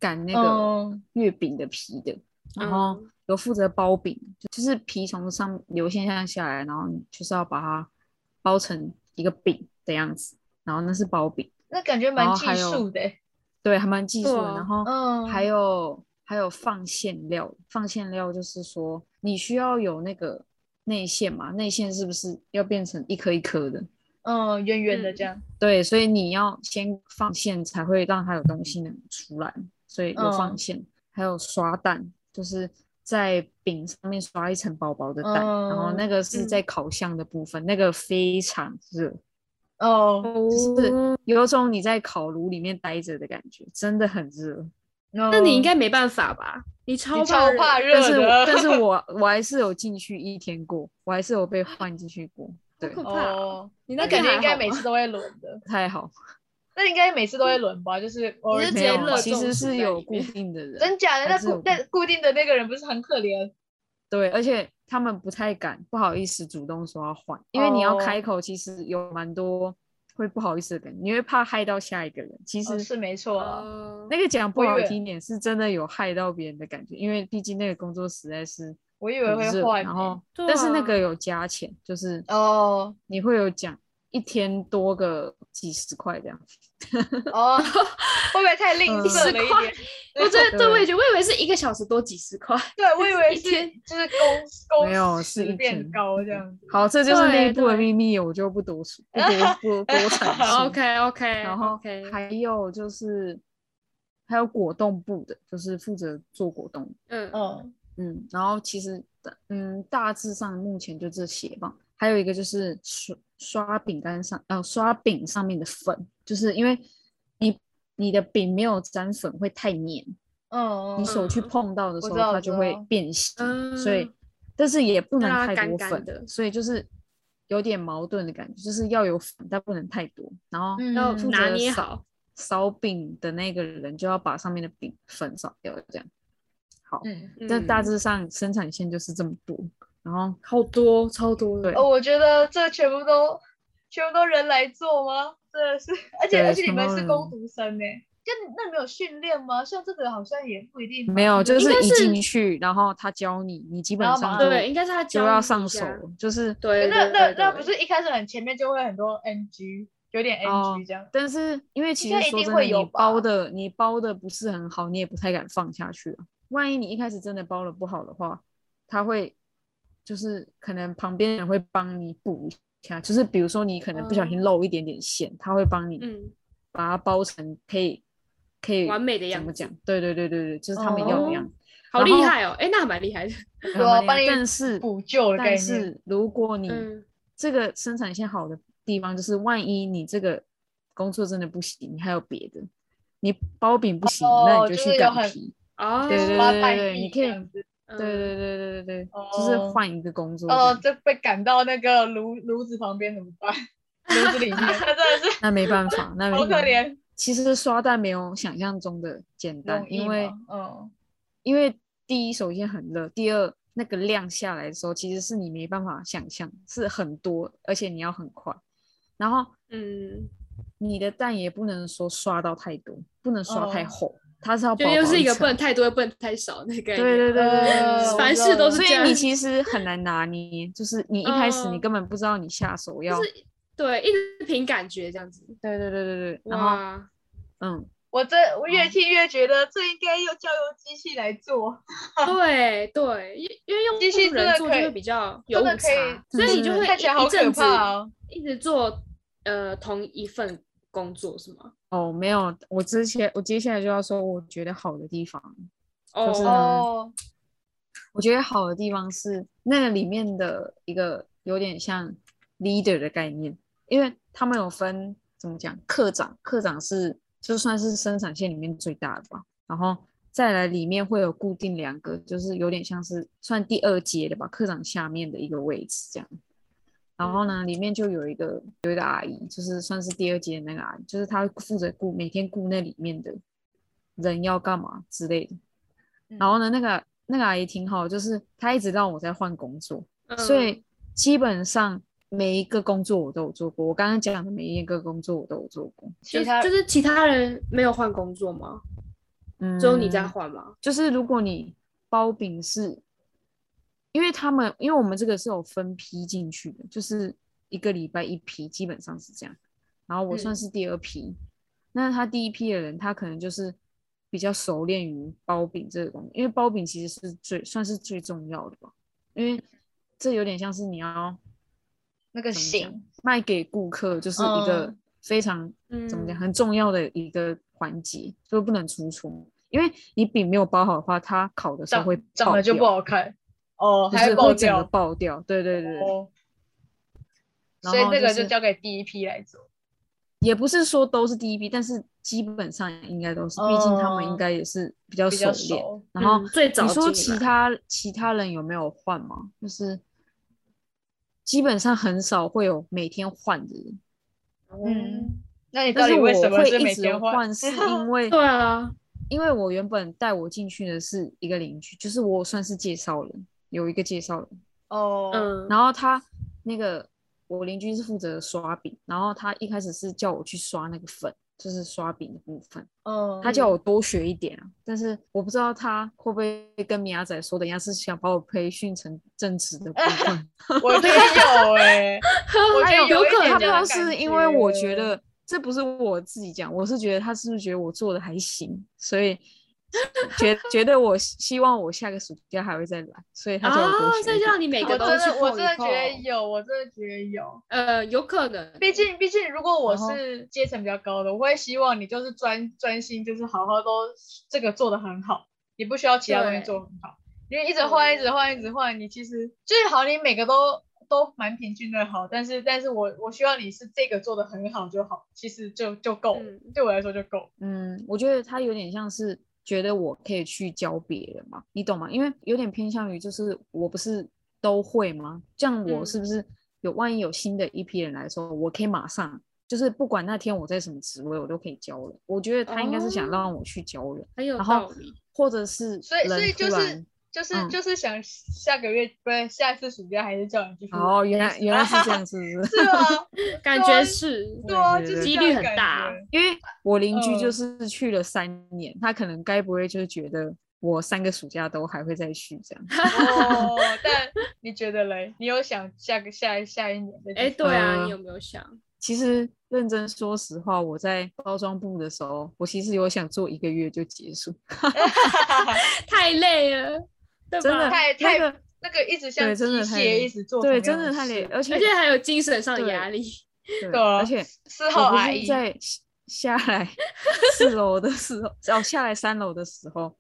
[SPEAKER 1] 擀那个
[SPEAKER 2] 嗯
[SPEAKER 1] 月饼的皮的，然后
[SPEAKER 3] 哦嗯
[SPEAKER 1] 有负责包饼，就是皮从上流线上下来，然后你就是要把它包成一个饼的样子，然后那是包饼，
[SPEAKER 2] 那感觉
[SPEAKER 1] 然
[SPEAKER 2] 蛮
[SPEAKER 1] 后
[SPEAKER 2] 技
[SPEAKER 1] 还有
[SPEAKER 2] 术的欸。
[SPEAKER 1] 对，还蛮技术
[SPEAKER 3] 对
[SPEAKER 1] 的。
[SPEAKER 3] 啊
[SPEAKER 1] 然后
[SPEAKER 2] 嗯
[SPEAKER 1] 还有还有放馅料，放馅料就是说你需要有那个内馅嘛，内馅是不是要变成一颗一颗的？
[SPEAKER 2] 嗯，圆圆的这
[SPEAKER 3] 嗯
[SPEAKER 2] 样。
[SPEAKER 1] 对，所以你要先放馅，才会让它有东西能出来。所以有放
[SPEAKER 2] 嗯
[SPEAKER 1] 馅，还有刷蛋，就是在饼上面刷一层薄薄的蛋，然后那个是
[SPEAKER 3] 嗯
[SPEAKER 1] 在烤箱的部分，那个非常热，
[SPEAKER 2] 哦，
[SPEAKER 3] 嗯
[SPEAKER 1] 就是有种你在烤炉里面待着的感觉，真的很热。
[SPEAKER 2] 那
[SPEAKER 3] 那你应该没办法吧？你超
[SPEAKER 2] 你超
[SPEAKER 3] 热
[SPEAKER 2] 怕热
[SPEAKER 1] 但是我
[SPEAKER 2] 的，
[SPEAKER 1] 但是我我还是有进去一天过，我还是有被换进去过，对，
[SPEAKER 3] 可怕哦
[SPEAKER 2] 哦，
[SPEAKER 3] 你
[SPEAKER 2] 那
[SPEAKER 3] 天
[SPEAKER 2] 感觉
[SPEAKER 3] 还
[SPEAKER 2] 应该
[SPEAKER 3] 好啊
[SPEAKER 2] 每
[SPEAKER 3] 吗
[SPEAKER 2] 次都会轮的，
[SPEAKER 1] 太好，
[SPEAKER 2] 那应该每次都会轮吧？就是偶尔
[SPEAKER 3] 是直
[SPEAKER 1] 没
[SPEAKER 3] 接
[SPEAKER 1] 有
[SPEAKER 2] 轮
[SPEAKER 3] 热
[SPEAKER 1] 啊，
[SPEAKER 2] 吧
[SPEAKER 1] 其
[SPEAKER 3] 中
[SPEAKER 1] 实
[SPEAKER 3] 暑在
[SPEAKER 1] 是有
[SPEAKER 3] 里
[SPEAKER 1] 固
[SPEAKER 3] 面
[SPEAKER 1] 定 的人，
[SPEAKER 2] 真假的？
[SPEAKER 1] 还
[SPEAKER 2] 那
[SPEAKER 1] 是
[SPEAKER 2] 固
[SPEAKER 1] 有
[SPEAKER 2] 那固定的那个人不是很可怜？
[SPEAKER 1] 对，而且他们不太敢，不好意思主动说要换，因为你要
[SPEAKER 2] 哦
[SPEAKER 1] 开口，其实有蛮多会不好意思的感觉，你会怕害到下一个人，其
[SPEAKER 2] 哦
[SPEAKER 1] 实。
[SPEAKER 2] 是没错啊。
[SPEAKER 3] 哦
[SPEAKER 1] 那个讲不
[SPEAKER 2] 我以
[SPEAKER 1] 好
[SPEAKER 2] 为
[SPEAKER 1] 听点，是真的有害到别人的感觉，因为毕竟那个工作实在是
[SPEAKER 2] 我以为
[SPEAKER 1] 很
[SPEAKER 2] 会
[SPEAKER 1] 热，
[SPEAKER 2] 换
[SPEAKER 1] 然
[SPEAKER 2] 欸
[SPEAKER 1] 后
[SPEAKER 3] 对
[SPEAKER 1] 但是那
[SPEAKER 3] 啊
[SPEAKER 1] 个有加钱，就是
[SPEAKER 2] 哦
[SPEAKER 1] 你会有讲一天多个几十块这样，
[SPEAKER 2] 哦，会不会太吝
[SPEAKER 1] 几
[SPEAKER 2] 啬
[SPEAKER 3] 十
[SPEAKER 2] 了一
[SPEAKER 3] 块
[SPEAKER 2] 点？
[SPEAKER 3] 我真的对我
[SPEAKER 1] 对
[SPEAKER 3] 也觉得，我以为是一个小时多几十 块。
[SPEAKER 2] 对，我以为是
[SPEAKER 3] 天
[SPEAKER 2] 就是工工
[SPEAKER 1] 没有
[SPEAKER 2] 时
[SPEAKER 1] 是一
[SPEAKER 2] 变
[SPEAKER 1] 天
[SPEAKER 2] 高这样子。
[SPEAKER 1] 好，这就是内
[SPEAKER 3] 对
[SPEAKER 1] 部的
[SPEAKER 3] 对
[SPEAKER 1] 秘密，我就不多说，不多不多阐述。
[SPEAKER 3] OK OK，
[SPEAKER 1] 然后
[SPEAKER 3] OK，
[SPEAKER 1] 还有就是还有果冻部的，就是负责做果冻。
[SPEAKER 3] 嗯
[SPEAKER 2] 嗯
[SPEAKER 1] 嗯，然后其实嗯大致上目前就这些吧。还有一个就是刷刷饼干上，呃，刷饼上面的粉，就是因为你你的饼没有沾粉会太黏，
[SPEAKER 2] 嗯
[SPEAKER 1] 你
[SPEAKER 2] 嗯
[SPEAKER 1] 手去
[SPEAKER 3] 嗯
[SPEAKER 1] 碰到的时
[SPEAKER 2] 我
[SPEAKER 1] 候，
[SPEAKER 2] 知道
[SPEAKER 1] 它
[SPEAKER 2] 我
[SPEAKER 1] 就
[SPEAKER 2] 知
[SPEAKER 1] 会
[SPEAKER 2] 道
[SPEAKER 1] 变形，所以
[SPEAKER 3] 嗯
[SPEAKER 1] 但是也不
[SPEAKER 3] 要
[SPEAKER 1] 能
[SPEAKER 3] 让它
[SPEAKER 1] 太多
[SPEAKER 3] 干干
[SPEAKER 1] 粉
[SPEAKER 3] 的
[SPEAKER 1] 所以就是有点矛盾的感觉，就是要有粉，但不能太多。然后
[SPEAKER 2] 嗯
[SPEAKER 3] 要
[SPEAKER 1] 负
[SPEAKER 3] 拿
[SPEAKER 1] 责
[SPEAKER 3] 捏
[SPEAKER 1] 扫
[SPEAKER 3] 好。
[SPEAKER 1] 烧饼的那个人就要把上面的饼粉扫掉，这样。好，
[SPEAKER 2] 嗯。
[SPEAKER 1] 这大
[SPEAKER 3] 嗯
[SPEAKER 1] 致上生产线就是这么多。然后
[SPEAKER 3] 好多超多的
[SPEAKER 1] 对
[SPEAKER 2] 哦，我觉得这全部都全部都人来做吗？真的是，而且
[SPEAKER 1] 对
[SPEAKER 2] 而且你
[SPEAKER 1] 全
[SPEAKER 2] 们
[SPEAKER 1] 部
[SPEAKER 2] 是
[SPEAKER 1] 人
[SPEAKER 2] 工读生呢、就你那你们有训练吗？像这个好像也不一定吧
[SPEAKER 1] 没有，就
[SPEAKER 3] 应
[SPEAKER 1] 是
[SPEAKER 3] 该
[SPEAKER 1] 一
[SPEAKER 3] 是
[SPEAKER 1] 进去，然后他教你，你基本
[SPEAKER 2] 然后
[SPEAKER 1] 上
[SPEAKER 2] 马
[SPEAKER 1] 就
[SPEAKER 2] 上
[SPEAKER 3] 对，应该是他
[SPEAKER 1] 就
[SPEAKER 3] 教
[SPEAKER 1] 要
[SPEAKER 3] 你一
[SPEAKER 1] 上手
[SPEAKER 3] 下
[SPEAKER 1] 了，就是
[SPEAKER 3] 对，
[SPEAKER 2] 那
[SPEAKER 3] 对
[SPEAKER 2] 那
[SPEAKER 3] 对
[SPEAKER 2] 那
[SPEAKER 3] 对
[SPEAKER 2] 不是一开始很前面就会很多 NG，有点
[SPEAKER 1] 哦
[SPEAKER 2] NG 这样。
[SPEAKER 1] 但是因为其
[SPEAKER 2] 应
[SPEAKER 1] 实
[SPEAKER 2] 该一
[SPEAKER 1] 说
[SPEAKER 2] 定
[SPEAKER 1] 真的，
[SPEAKER 2] 会有
[SPEAKER 1] 你
[SPEAKER 2] 吧
[SPEAKER 1] 包的你包的不是很好，你也不太敢放下去啊。万一你一开始真的包的不好的话，他会就是可能旁边人会帮你补一下，就是比如说你可能不小心
[SPEAKER 3] 哦
[SPEAKER 1] 漏一点点馅，他会帮你
[SPEAKER 3] 嗯
[SPEAKER 1] 把它包成可以可以
[SPEAKER 3] 完美的样
[SPEAKER 1] 怎么
[SPEAKER 3] 子哦
[SPEAKER 1] 讲？对对对对对，就是他们要的样子。
[SPEAKER 3] 好
[SPEAKER 1] 然
[SPEAKER 3] 厉
[SPEAKER 1] 后
[SPEAKER 3] 害哦！哎，那还蛮厉害的。
[SPEAKER 1] 没有
[SPEAKER 2] 啊
[SPEAKER 1] 没有
[SPEAKER 2] 帮你
[SPEAKER 1] 但是
[SPEAKER 2] 补救的概
[SPEAKER 1] 但
[SPEAKER 2] 念
[SPEAKER 1] 是如果你
[SPEAKER 3] 嗯，
[SPEAKER 1] 这个生产线好的地方，就是万一你这个工作真的不行，你还有别的，你包饼不行，那
[SPEAKER 2] 哦
[SPEAKER 1] 你就
[SPEAKER 2] 就是
[SPEAKER 1] 去
[SPEAKER 2] 有
[SPEAKER 1] 擀
[SPEAKER 2] 很
[SPEAKER 1] 皮。
[SPEAKER 3] 哦，
[SPEAKER 1] 对对
[SPEAKER 2] 挖
[SPEAKER 1] 对
[SPEAKER 2] 半
[SPEAKER 1] 对
[SPEAKER 2] 地
[SPEAKER 1] 你可以
[SPEAKER 2] 这样子
[SPEAKER 1] 对对对对对对，就是
[SPEAKER 2] 哦
[SPEAKER 1] 换一个工作这样。
[SPEAKER 2] 哦，就被赶到那个炉炉子旁边怎么办？炉 子里面，他真的是
[SPEAKER 1] 那没办法，那 没
[SPEAKER 2] 好可
[SPEAKER 1] 办法。
[SPEAKER 2] 怜，
[SPEAKER 1] 其实刷蛋没有想象中的简单，
[SPEAKER 2] 容易
[SPEAKER 1] 因为
[SPEAKER 2] 吗嗯，
[SPEAKER 1] 因为第一首先很热，第二那个量下来的时候，其实是你没办法想象，是很多，而且你要很快，然后
[SPEAKER 3] 嗯，
[SPEAKER 1] 你的蛋也不能说刷到太多，不能刷太
[SPEAKER 2] 哦
[SPEAKER 1] 厚，它是要
[SPEAKER 3] 就
[SPEAKER 1] 薄
[SPEAKER 3] 又
[SPEAKER 1] 薄
[SPEAKER 3] 是一个不
[SPEAKER 1] 层
[SPEAKER 3] 能太多，又不能太少那个概念。
[SPEAKER 1] 对对对对对对
[SPEAKER 2] 呃
[SPEAKER 1] 对
[SPEAKER 2] 我
[SPEAKER 3] 凡
[SPEAKER 2] 知
[SPEAKER 3] 事
[SPEAKER 2] 道
[SPEAKER 3] 都
[SPEAKER 2] 了
[SPEAKER 3] 是
[SPEAKER 1] 所
[SPEAKER 3] 这样
[SPEAKER 1] 以你其实很难拿捏，就是你一开始你
[SPEAKER 3] 嗯
[SPEAKER 1] 根本不知道你下手要，
[SPEAKER 3] 对一直凭感觉这样子。
[SPEAKER 1] 对对对对对，然后
[SPEAKER 3] 哇，
[SPEAKER 1] 嗯，
[SPEAKER 2] 我这我越听越觉得这应该用交由机器来做，
[SPEAKER 3] 对对，因因为用
[SPEAKER 2] 机器真的
[SPEAKER 3] 人做就
[SPEAKER 2] 可以
[SPEAKER 3] 会比较有误
[SPEAKER 2] 真的可以
[SPEAKER 3] 差，所以你就
[SPEAKER 1] 嗯
[SPEAKER 3] 会
[SPEAKER 2] 看起来
[SPEAKER 3] 一
[SPEAKER 2] 好
[SPEAKER 3] 一
[SPEAKER 2] 可
[SPEAKER 3] 阵子
[SPEAKER 2] 怕哦。
[SPEAKER 3] 一直做呃同一份工作是吗？
[SPEAKER 1] 哦，没有，我之前我接下来就要说我觉得好的地方，就是
[SPEAKER 3] 哦，
[SPEAKER 2] 哦，
[SPEAKER 1] 我觉得好的地方是那个里面的一个有点像 leader 的概念，因为他们有分怎么讲，课长，课长是就算是生产线里面最大的吧，然后再来里面会有固定两个，就是有点像是算第二阶的吧，课长下面的一个位置这样。然后呢，里面就有一个有一个阿姨，就是算是第二阶的那个阿姨，就是她负责顾每天顾那里面的人要干嘛之类的。嗯
[SPEAKER 2] 嗯
[SPEAKER 3] 嗯
[SPEAKER 1] 然后呢，那个那个阿姨挺好，就是她一直让我在换工作，
[SPEAKER 3] 嗯
[SPEAKER 1] 所以基本上每一个工作我都有做过。我刚刚讲的每一个工作我都有做过，
[SPEAKER 3] 就
[SPEAKER 2] 其他
[SPEAKER 3] 就是其他人没有换工作吗？
[SPEAKER 1] 嗯
[SPEAKER 3] 只有你在换吗？
[SPEAKER 1] 就是如果你包饼是，因为他们因为我们这个是有分批进去的，就是一个礼拜一批，基本上是这样。然后我算
[SPEAKER 3] 嗯
[SPEAKER 1] 是第二批，那他第一批的人，他可能就是比较熟练于包饼这个工作，因为包饼其实是最算是最重要的吧，因为这有点像是你要
[SPEAKER 2] 那个
[SPEAKER 1] 怎么讲
[SPEAKER 2] 醒，
[SPEAKER 1] 卖给顾客，就是一个
[SPEAKER 2] 嗯
[SPEAKER 1] 非常
[SPEAKER 3] 嗯，
[SPEAKER 1] 怎么讲，很重要的一个环节，就不能出错。因为你饼没有包好的话，它烤的时候
[SPEAKER 2] 长
[SPEAKER 1] 会
[SPEAKER 2] 长
[SPEAKER 1] 爆
[SPEAKER 2] 得就不
[SPEAKER 1] 掉，
[SPEAKER 2] 好看，哦，
[SPEAKER 1] 就
[SPEAKER 2] 还
[SPEAKER 1] 是
[SPEAKER 2] 会爆
[SPEAKER 1] 会整个
[SPEAKER 2] 掉，
[SPEAKER 1] 爆掉。对对对，对
[SPEAKER 2] 哦，
[SPEAKER 1] 然
[SPEAKER 2] 所以
[SPEAKER 1] 后
[SPEAKER 2] 这个
[SPEAKER 1] 就是
[SPEAKER 2] 就交给第一批来做，
[SPEAKER 1] 也不是说都是第一批，但是基本上应该都是，毕竟他们
[SPEAKER 2] 哦
[SPEAKER 1] 应该也是比较
[SPEAKER 2] 比
[SPEAKER 1] 熟
[SPEAKER 2] 较
[SPEAKER 1] 练。
[SPEAKER 2] 熟。
[SPEAKER 1] 然后
[SPEAKER 3] 嗯最早
[SPEAKER 1] 你说
[SPEAKER 3] 进
[SPEAKER 1] 其
[SPEAKER 3] 来
[SPEAKER 1] 他其他人有没有换吗？就是基本上很少会有每天换的人，
[SPEAKER 2] 嗯，那你到
[SPEAKER 1] 但是
[SPEAKER 2] 底
[SPEAKER 1] 我
[SPEAKER 2] 为什么
[SPEAKER 1] 会
[SPEAKER 2] 是
[SPEAKER 1] 一
[SPEAKER 2] 每
[SPEAKER 1] 直
[SPEAKER 2] 天换？
[SPEAKER 1] 换，是因为
[SPEAKER 3] 对啊，
[SPEAKER 1] 因为我原本带我进去的是一个邻居，就是我算是介绍人，有一个介绍人，
[SPEAKER 2] 哦，
[SPEAKER 3] 嗯，
[SPEAKER 1] 然后他那个我邻居是负责刷饼，然后他一开始是叫我去刷那个粉，就是刷饼的部分，
[SPEAKER 2] 嗯，
[SPEAKER 1] 他叫我多学一点啊，但是我不知道他会不会跟米亚仔说的一样，是想把我培训成正直的部分，
[SPEAKER 2] 我觉得有哎，我觉得
[SPEAKER 3] 有
[SPEAKER 2] 一
[SPEAKER 3] 可
[SPEAKER 2] 点
[SPEAKER 3] 能
[SPEAKER 2] 这
[SPEAKER 1] 他不知
[SPEAKER 2] 样
[SPEAKER 1] 道
[SPEAKER 2] 的
[SPEAKER 1] 是
[SPEAKER 2] 感
[SPEAKER 1] 因为我
[SPEAKER 2] 觉
[SPEAKER 1] 觉得这不是我自己讲，我是觉得他是不是觉得我做的还行，所以觉觉得我希希望我下个暑假还会再来，所以他叫我
[SPEAKER 3] 啊
[SPEAKER 1] 多，学
[SPEAKER 3] 所
[SPEAKER 1] 一
[SPEAKER 3] 以
[SPEAKER 1] 点。
[SPEAKER 3] 让你每
[SPEAKER 2] 我
[SPEAKER 3] 个
[SPEAKER 2] 真
[SPEAKER 3] 都去
[SPEAKER 2] 的欸我
[SPEAKER 3] 碰
[SPEAKER 2] 真
[SPEAKER 3] 一
[SPEAKER 2] 的觉得
[SPEAKER 3] 碰
[SPEAKER 2] 有，我真的觉得有。
[SPEAKER 3] 呃，有可能，
[SPEAKER 2] 毕竟，毕竟，如果我
[SPEAKER 1] 然后
[SPEAKER 2] 是阶层比较高的，我会希望你就是专专心，就是好好都这个做的很好，你不需要其他东西
[SPEAKER 3] 对
[SPEAKER 2] 做得很好，因为一直换，一直换，一直换，你其实就是好，你每个都都蛮平均的好，但是，但是我我需要你是这个做的很好就好，其实就就够了，
[SPEAKER 3] 嗯
[SPEAKER 2] 对我来说就够了。
[SPEAKER 1] 嗯，我觉得他有点像是觉得我可以去教别人嘛，你懂吗？因为有点偏向于就是我不是都会吗？这样我
[SPEAKER 3] 嗯
[SPEAKER 1] 是不是有万一有新的一批人来说，我可以马上就是不管那天我在什么职位，我都可以教人。我觉得他应该是想
[SPEAKER 3] 哦
[SPEAKER 1] 让我去教人，
[SPEAKER 3] 很有
[SPEAKER 1] 然后
[SPEAKER 3] 道理。
[SPEAKER 1] 或者是
[SPEAKER 2] 所以，所
[SPEAKER 1] 人
[SPEAKER 2] 以
[SPEAKER 1] 突
[SPEAKER 2] 就是
[SPEAKER 1] 然
[SPEAKER 2] 就是、
[SPEAKER 1] 嗯
[SPEAKER 2] 就是想下个月不是下一次暑假还是叫你继续玩。
[SPEAKER 1] 哦，原来原来是这样，是不是？
[SPEAKER 2] 是 吗？
[SPEAKER 3] 感
[SPEAKER 2] 对
[SPEAKER 3] 觉
[SPEAKER 2] 啊
[SPEAKER 3] 是
[SPEAKER 2] 对啊，
[SPEAKER 1] 对
[SPEAKER 2] 就是
[SPEAKER 1] 对
[SPEAKER 3] 几
[SPEAKER 2] 这
[SPEAKER 3] 率
[SPEAKER 2] 样的
[SPEAKER 3] 很
[SPEAKER 2] 感
[SPEAKER 3] 大
[SPEAKER 2] 觉
[SPEAKER 1] 因为我邻居就
[SPEAKER 2] 嗯
[SPEAKER 1] 是去了三年，他可能该不会就是觉得我三个暑假都还会再去这样。
[SPEAKER 2] 哦，但你觉得嘞？你有想下个下一下一年的？
[SPEAKER 3] 哎、对啊，
[SPEAKER 1] 呃
[SPEAKER 3] 你有没有想？
[SPEAKER 1] 其实认真说实话，我在包装部的时候，我其实有想做一个月就结束，
[SPEAKER 3] 太累了，对吧？
[SPEAKER 1] 真的
[SPEAKER 2] 太
[SPEAKER 1] 那
[SPEAKER 2] 太
[SPEAKER 1] 个
[SPEAKER 2] 那个一 直像
[SPEAKER 1] 对
[SPEAKER 2] 机
[SPEAKER 1] 真的太
[SPEAKER 2] 械
[SPEAKER 1] 累
[SPEAKER 2] 一直做同
[SPEAKER 1] 对
[SPEAKER 2] 样事，
[SPEAKER 1] 真 的太累，而且
[SPEAKER 3] 而且还有精神上的压力。
[SPEAKER 1] 对
[SPEAKER 2] 对啊
[SPEAKER 1] 而且
[SPEAKER 2] 四号
[SPEAKER 1] 我不
[SPEAKER 2] 阿
[SPEAKER 1] 是
[SPEAKER 2] 姨，
[SPEAKER 1] 在下 来四楼的时候，哦，下来三楼的时候，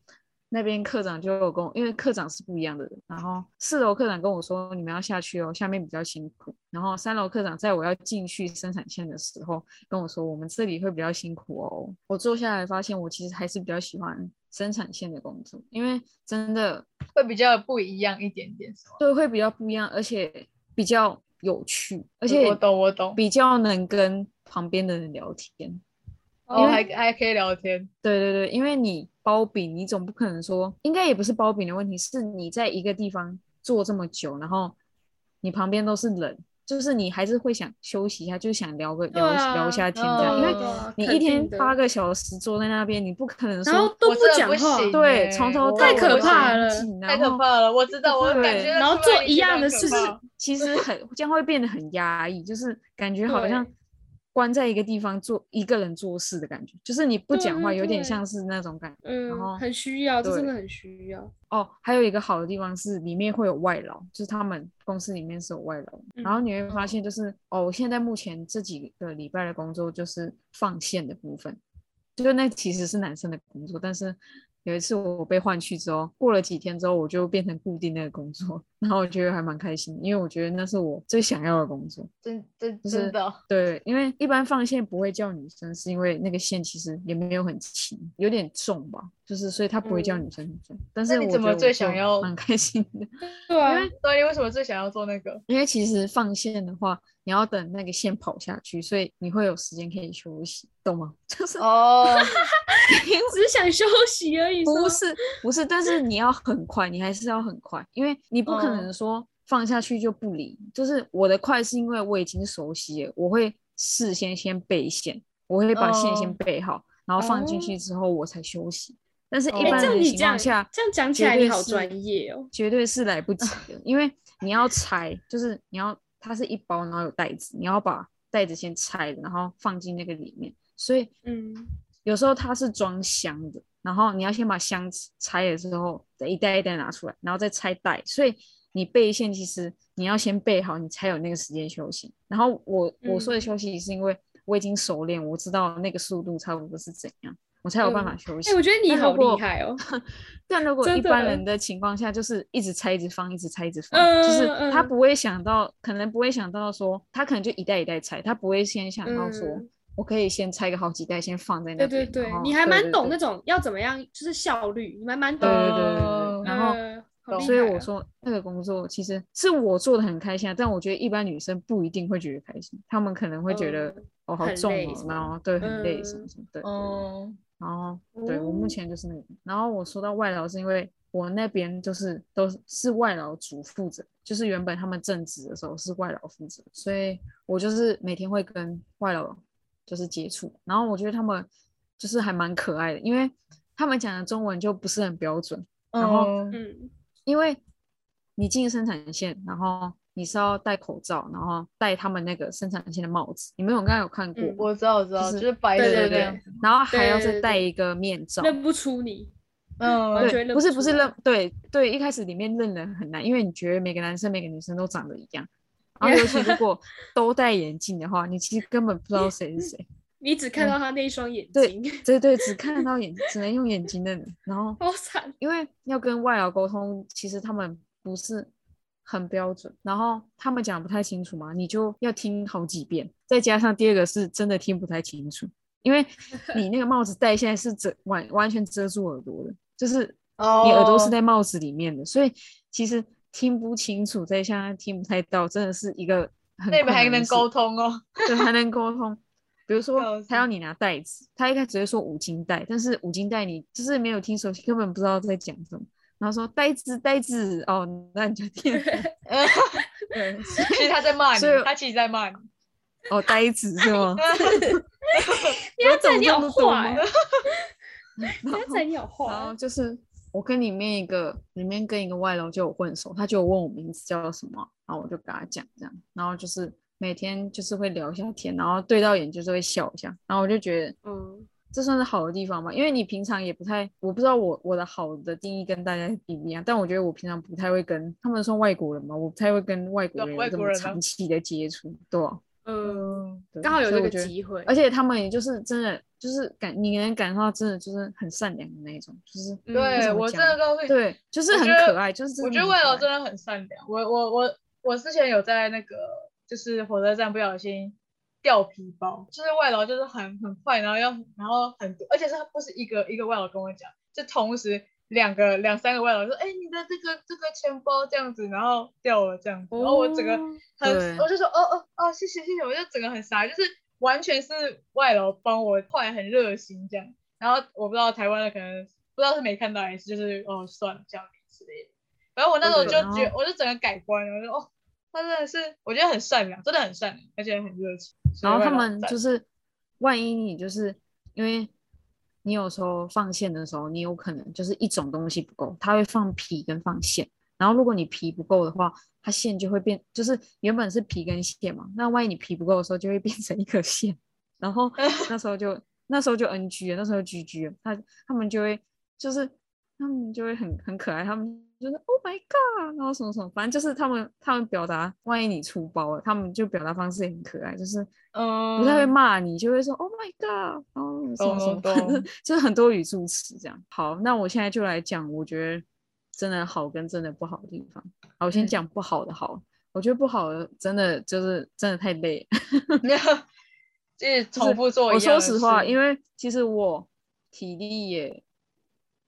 [SPEAKER 1] 那边课长就有跟我，因为课长是不一样的人，然后四楼课长跟我说你们要下去哦，下面比较辛苦。然后三楼课长在我要进去生产线的时候跟我说，我们这里会比较辛苦哦。我坐下来发现，我其实还是比较喜欢生产线的工作，因为真的
[SPEAKER 2] 会比较不一样一点点，是吗？
[SPEAKER 1] 对会比较不一样，而且比较有趣，而且
[SPEAKER 2] 我懂，我懂，
[SPEAKER 1] 比较能跟旁边的人聊天。
[SPEAKER 2] 然后哦还还可以聊天，
[SPEAKER 1] 对对对，因为你包饼，你总不可能说，应该也不是包饼的问题，是你在一个地方坐这么久，然后你旁边都是人，就是你还是会想休息一下，就想聊个聊、
[SPEAKER 3] 对啊
[SPEAKER 1] 聊一下天这样，因为
[SPEAKER 3] 对啊
[SPEAKER 1] 你
[SPEAKER 3] 肯
[SPEAKER 1] 一天
[SPEAKER 3] 定的
[SPEAKER 1] 八个小时坐在那边，你不可能
[SPEAKER 3] 然后
[SPEAKER 1] 说
[SPEAKER 3] 都
[SPEAKER 2] 我真的
[SPEAKER 3] 讲
[SPEAKER 2] 不
[SPEAKER 3] 话，
[SPEAKER 2] 行
[SPEAKER 1] 对
[SPEAKER 2] 欸
[SPEAKER 1] 从头
[SPEAKER 2] 我
[SPEAKER 1] 到
[SPEAKER 3] 太
[SPEAKER 1] 尾
[SPEAKER 3] 可
[SPEAKER 1] 都
[SPEAKER 3] 怕
[SPEAKER 1] 安
[SPEAKER 3] 了
[SPEAKER 1] 静
[SPEAKER 2] 太
[SPEAKER 1] 然
[SPEAKER 2] 可
[SPEAKER 1] 后
[SPEAKER 2] 怕了，我知道，我
[SPEAKER 1] 对
[SPEAKER 2] 感觉
[SPEAKER 1] 然
[SPEAKER 3] 后
[SPEAKER 2] 出来
[SPEAKER 3] 做一
[SPEAKER 2] 你
[SPEAKER 3] 样的
[SPEAKER 2] 非
[SPEAKER 3] 事
[SPEAKER 2] 常可
[SPEAKER 3] 情
[SPEAKER 2] 怕
[SPEAKER 1] 其实很这样会变得很压抑，就是感觉好像
[SPEAKER 3] 对
[SPEAKER 1] 关在一个地方做一个人做事的感觉，就是你不
[SPEAKER 3] 对
[SPEAKER 1] 讲话，
[SPEAKER 3] 对
[SPEAKER 1] 有点
[SPEAKER 3] 对
[SPEAKER 1] 像是那种感觉。然后
[SPEAKER 3] 嗯，很需要，这真
[SPEAKER 1] 哦对
[SPEAKER 3] 的很需要。
[SPEAKER 1] 哦，还有一个好的地方是里面会有外劳，就是他们公司里面是有外劳，然后你会发现就是哦，我现在目前这几个礼拜的工作就是放线的部分，就是那其实是男生的工作，但是有一次我被换去之后，过了几天之后我就变成固定那个工作， 然后我觉得还蛮开心，因为我觉得那是我最想要的工作。
[SPEAKER 2] 真真
[SPEAKER 1] 就是
[SPEAKER 2] 真的，
[SPEAKER 1] 对，因为一般放线不会叫女生，是因为那个线其实也没有很轻，有点重吧，就是所以他不会叫
[SPEAKER 3] 嗯
[SPEAKER 1] 女生去做。但
[SPEAKER 2] 那
[SPEAKER 1] 是
[SPEAKER 2] 你
[SPEAKER 1] 我
[SPEAKER 2] 怎
[SPEAKER 1] 觉
[SPEAKER 2] 么
[SPEAKER 1] 得我
[SPEAKER 2] 最
[SPEAKER 1] 做
[SPEAKER 2] 想要
[SPEAKER 1] 蛮开心的，
[SPEAKER 3] 对啊，
[SPEAKER 2] 所以为什么最想要做那个？
[SPEAKER 1] 因为其实放线的话，你要等那个线跑下去，所以你会有时间可以休息，懂吗？ 就是
[SPEAKER 2] 哦，
[SPEAKER 3] 只是想休息而已，是
[SPEAKER 1] 不
[SPEAKER 3] 吗
[SPEAKER 1] 是不是，但是你要很快，你还是要很快，因为你不
[SPEAKER 3] 嗯
[SPEAKER 1] 可
[SPEAKER 2] 哦
[SPEAKER 1] 能说放下去就不理。就是我的快是因为我已经熟悉了，我会事先先备线，我会把线先
[SPEAKER 2] 哦
[SPEAKER 1] 备好，然后放进去
[SPEAKER 3] 嗯哦
[SPEAKER 1] 之后我才休息。但是
[SPEAKER 2] 哦
[SPEAKER 1] 一
[SPEAKER 3] 哎、
[SPEAKER 1] 般
[SPEAKER 3] 这
[SPEAKER 1] 的
[SPEAKER 3] 样你
[SPEAKER 1] 情
[SPEAKER 3] 这样
[SPEAKER 1] 况下，
[SPEAKER 3] 这样讲起
[SPEAKER 1] 绝
[SPEAKER 3] 来，
[SPEAKER 1] 对
[SPEAKER 3] 你好
[SPEAKER 1] 是
[SPEAKER 3] 专业哦。
[SPEAKER 1] 绝对是来不及的，因为你要拆，就是你要它是一包，然后有袋子，你要把袋子先拆了，然后放进那个里面，所以
[SPEAKER 3] 嗯，
[SPEAKER 1] 有时候它是装箱的，然后你要先把箱子拆了之后，再一袋一袋拿出来，然后再拆袋，所以你备线其实你要先备好，你才有那个时间休息。然后我我说的
[SPEAKER 3] 嗯
[SPEAKER 1] 休息是因为我已经熟练，我知道那个速度差不多是怎样，我才有办法
[SPEAKER 3] 嗯
[SPEAKER 1] 休
[SPEAKER 3] 哎、
[SPEAKER 1] 息。
[SPEAKER 3] 我觉得你
[SPEAKER 1] 那如
[SPEAKER 3] 好
[SPEAKER 1] 果
[SPEAKER 3] 厉害哦。
[SPEAKER 1] 但如果
[SPEAKER 3] 真
[SPEAKER 1] 一
[SPEAKER 3] 的
[SPEAKER 1] 般人的情况下，就是一直拆，一直放，一直拆，一直放，
[SPEAKER 3] 嗯
[SPEAKER 1] 就是他
[SPEAKER 3] 嗯
[SPEAKER 1] 不会想到，可能不会想到说，他可能就一袋一袋拆，他不会先想到说，
[SPEAKER 3] 嗯
[SPEAKER 1] 我可以先拆个好几袋，先放在那
[SPEAKER 3] 对
[SPEAKER 1] 边。
[SPEAKER 3] 对对
[SPEAKER 1] 然，后
[SPEAKER 3] 你还蛮懂那
[SPEAKER 1] 哦对
[SPEAKER 3] 种要怎么样，就是效率，你还蛮懂
[SPEAKER 1] 对
[SPEAKER 3] 的。
[SPEAKER 1] 对对对对对。
[SPEAKER 2] 嗯
[SPEAKER 1] 然后，
[SPEAKER 3] 呃好
[SPEAKER 2] 懂
[SPEAKER 3] 厉
[SPEAKER 1] 所以
[SPEAKER 3] 害
[SPEAKER 1] 我
[SPEAKER 3] 啊
[SPEAKER 1] 说那个工作其实是我做的很开心啊，但我觉得一般女生不一定会觉得开心，她们可能会觉得
[SPEAKER 3] 嗯
[SPEAKER 1] 哦好
[SPEAKER 3] 很
[SPEAKER 1] 重
[SPEAKER 3] 累
[SPEAKER 1] 哦
[SPEAKER 3] 什，么
[SPEAKER 1] 然后对很累什么
[SPEAKER 3] 嗯
[SPEAKER 1] 什么，对对对。
[SPEAKER 2] 嗯，
[SPEAKER 1] 然后对我目
[SPEAKER 3] 哦
[SPEAKER 1] 前就是那个，然后我说到外劳是因为我那边就是都是是外劳主负责，就是原本他们正职的时候是外劳负责，所以我就是每天会跟外劳就是接触，然后我觉得他们就是还蛮可爱的，因为他们讲的中文就不是很标准，然后
[SPEAKER 2] 嗯
[SPEAKER 3] 嗯，
[SPEAKER 1] 因为你进生产线，然后你是要戴口罩，然后戴他们那个生产线的帽子，你们有刚刚有看过
[SPEAKER 3] 嗯
[SPEAKER 1] 吗？
[SPEAKER 2] 我知道，我知道，
[SPEAKER 1] 就
[SPEAKER 2] 就是是白
[SPEAKER 3] 对
[SPEAKER 2] 的
[SPEAKER 3] 对
[SPEAKER 2] 那
[SPEAKER 3] 对
[SPEAKER 2] 样子，
[SPEAKER 1] 然后还要
[SPEAKER 3] 对对
[SPEAKER 1] 再
[SPEAKER 3] 对
[SPEAKER 1] 戴一个面罩，
[SPEAKER 3] 认不出你，完
[SPEAKER 2] 嗯
[SPEAKER 3] 全
[SPEAKER 1] 对，
[SPEAKER 3] 认
[SPEAKER 1] 不是
[SPEAKER 3] 不
[SPEAKER 1] 不
[SPEAKER 3] 出
[SPEAKER 1] 是
[SPEAKER 3] 来
[SPEAKER 1] 认对对，一开始里面认人很难，因为你觉得每个男生每个女生都长得一样，然后尤其如 果都戴眼镜的话，你其实根本不知道谁是谁，
[SPEAKER 3] 你只看
[SPEAKER 1] 嗯
[SPEAKER 3] 到他那一双眼
[SPEAKER 1] 对
[SPEAKER 3] 睛，
[SPEAKER 1] 对对，只看得到眼，只能用眼睛认人。然后
[SPEAKER 3] 好惨。
[SPEAKER 1] 因为要跟外劳沟通，其实他们不是很标准，然后他们讲不太清楚嘛，你就要听好几遍，再加上第二个是真的听不太清楚，因为你那个帽子戴下来是遮完完全遮住耳朵的，就是
[SPEAKER 2] 哦
[SPEAKER 1] 你耳朵是在帽子里面的，所以其实听不清楚，再加上听不太到，真的是一个很
[SPEAKER 2] 那边
[SPEAKER 1] 困
[SPEAKER 2] 还
[SPEAKER 1] 难的
[SPEAKER 2] 能
[SPEAKER 1] 事
[SPEAKER 2] 沟，通 哦，
[SPEAKER 1] 对，还能沟通。比如说
[SPEAKER 2] 笑，
[SPEAKER 1] 他要
[SPEAKER 2] 死
[SPEAKER 1] 你拿袋子，他一开始会说五金袋，但是五金袋你就是没有听熟悉，根本不知道在讲什么。然后说袋子袋子，哦，那你就听得懂对，所 以
[SPEAKER 2] 其实他在骂你
[SPEAKER 1] 所以，
[SPEAKER 2] 他其实在 骂你，
[SPEAKER 1] 哦，呆子是吗？
[SPEAKER 3] 你要
[SPEAKER 1] 懂
[SPEAKER 3] 在你
[SPEAKER 1] 这
[SPEAKER 3] 好
[SPEAKER 1] 么多
[SPEAKER 3] 坏
[SPEAKER 1] 吗
[SPEAKER 3] 哦，
[SPEAKER 1] 然
[SPEAKER 3] 你
[SPEAKER 1] 后
[SPEAKER 3] 要在你 好坏
[SPEAKER 1] 然后
[SPEAKER 3] 哦。
[SPEAKER 1] 就是我跟里面一个里面跟一个外劳就有混熟，他就有问我名字叫什么，然后我就跟他讲这样，然后就是每天就是会聊一下天，然后对到眼就是会笑一下，然后我就觉得
[SPEAKER 3] 嗯，
[SPEAKER 1] 这算是好的地方吧，因为你平常也不太，我不知道我我的好的定义跟大家一不一样，但我觉得我平常不太会跟他们算外国人嘛，我不太会跟外国
[SPEAKER 2] 对
[SPEAKER 1] 人
[SPEAKER 2] 外
[SPEAKER 1] 有这
[SPEAKER 2] 国
[SPEAKER 1] 么
[SPEAKER 2] 人啊
[SPEAKER 1] 长期的接触，对吧、
[SPEAKER 3] 嗯，
[SPEAKER 1] 对
[SPEAKER 3] 刚好有
[SPEAKER 1] 所以
[SPEAKER 3] 这个
[SPEAKER 1] 我觉得
[SPEAKER 3] 机会，
[SPEAKER 1] 而且他们也就是真的，就是感你能感受到，真的就是很善良的那一种，就是
[SPEAKER 3] 嗯
[SPEAKER 2] 对
[SPEAKER 1] 怎么
[SPEAKER 2] 我
[SPEAKER 1] 讲
[SPEAKER 2] 真的告诉你，
[SPEAKER 1] 对，就是
[SPEAKER 2] 我
[SPEAKER 1] 很
[SPEAKER 2] 觉得
[SPEAKER 1] 可爱，就是真
[SPEAKER 2] 我
[SPEAKER 1] 的
[SPEAKER 2] 觉得
[SPEAKER 1] 很
[SPEAKER 2] 魏
[SPEAKER 1] 可
[SPEAKER 2] 柔
[SPEAKER 1] 爱
[SPEAKER 2] 真的很善良。我我我我之前有在那个就是火车站不小心掉皮包，就是魏柔就是很很快，然后要然后很多，而且是不是一个一个魏柔跟我讲，就同时两个两三个魏柔说，哎、你的这个这个钱包这样子，然后掉了这样子，然后我整个
[SPEAKER 3] 哦
[SPEAKER 2] 很，
[SPEAKER 1] 对
[SPEAKER 2] 我就说哦哦哦，谢谢谢谢，我就整个很傻，就是完全是外劳帮我，后来很热心这样。然后我不知道台湾的可能不知道是没看到还是就是哦算了这样之类的。反正我那时候就
[SPEAKER 1] 对
[SPEAKER 2] 觉
[SPEAKER 1] 然
[SPEAKER 2] 我就整个改观了，我就哦，他真的是我觉得很善良，真的很善良，而且很热情。所以
[SPEAKER 1] 然后他
[SPEAKER 2] 外劳
[SPEAKER 1] 们
[SPEAKER 2] 赞
[SPEAKER 1] 就是，万一你就是因为你有时候放线的时候，你有可能就是一种东西不够，它会放皮跟放线。然后如果你皮不够的话，它线就会变，就是原本是皮跟线嘛，那万一你皮不够的时候，就会变成一颗线。然后那时候就那时候就 NG 了，那时候就 GG 了，他他们就会就是他们就会很很可爱，他们就是 Oh my God，然后什么什么，反正就是他们他们表达，万一你出包了，他们就表达方式也很可爱，就是
[SPEAKER 2] 嗯
[SPEAKER 1] 不太会骂你，就会说 “Oh my god”，然后什么什
[SPEAKER 3] 哦
[SPEAKER 1] 么，
[SPEAKER 2] 懂
[SPEAKER 1] 反
[SPEAKER 2] 懂
[SPEAKER 1] 正 就是很多语助词这样。好，那我现在就来讲，我觉得真的好跟真的不好的地方。好，我先
[SPEAKER 2] 嗯
[SPEAKER 1] 讲不好的好了。我觉得不好的真的就是真的太累了。
[SPEAKER 2] 就是重复做
[SPEAKER 1] 我
[SPEAKER 2] 一样
[SPEAKER 1] 说
[SPEAKER 2] 的
[SPEAKER 1] 实话，
[SPEAKER 2] 事
[SPEAKER 1] 因为其实我体力也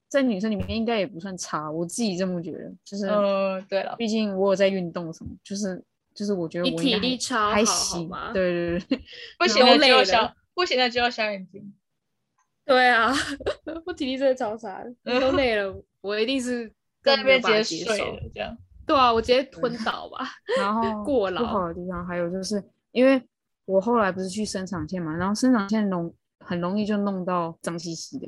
[SPEAKER 1] 在女生里面应该也不算差，我自己这么觉得。就是，
[SPEAKER 2] 嗯对了，
[SPEAKER 1] 毕竟我有在运动什么，就是就是我觉得我
[SPEAKER 3] 你
[SPEAKER 1] 应
[SPEAKER 3] 体
[SPEAKER 1] 该
[SPEAKER 3] 力
[SPEAKER 1] 还
[SPEAKER 3] 超
[SPEAKER 1] 还
[SPEAKER 3] 好，好
[SPEAKER 1] 行
[SPEAKER 3] 吗？。
[SPEAKER 1] 对对对 对。
[SPEAKER 2] 不行的就
[SPEAKER 3] 累
[SPEAKER 2] 要
[SPEAKER 3] 了
[SPEAKER 2] 小，不行的就要小眼睛。
[SPEAKER 3] 对啊， 我体力真的超 差，都累了，我一定是
[SPEAKER 2] 在
[SPEAKER 3] 更
[SPEAKER 2] 那
[SPEAKER 3] 没有
[SPEAKER 2] 边
[SPEAKER 3] 办法
[SPEAKER 2] 直
[SPEAKER 3] 接
[SPEAKER 2] 接睡
[SPEAKER 3] 受
[SPEAKER 2] 了。，这样
[SPEAKER 3] 对啊，我直接昏倒 吧。
[SPEAKER 1] 然后
[SPEAKER 3] 过
[SPEAKER 1] 不
[SPEAKER 3] 劳
[SPEAKER 1] 好的地方还有就是，因为我后来不是去生产线嘛，然后生产线容很容易就弄到脏兮兮的，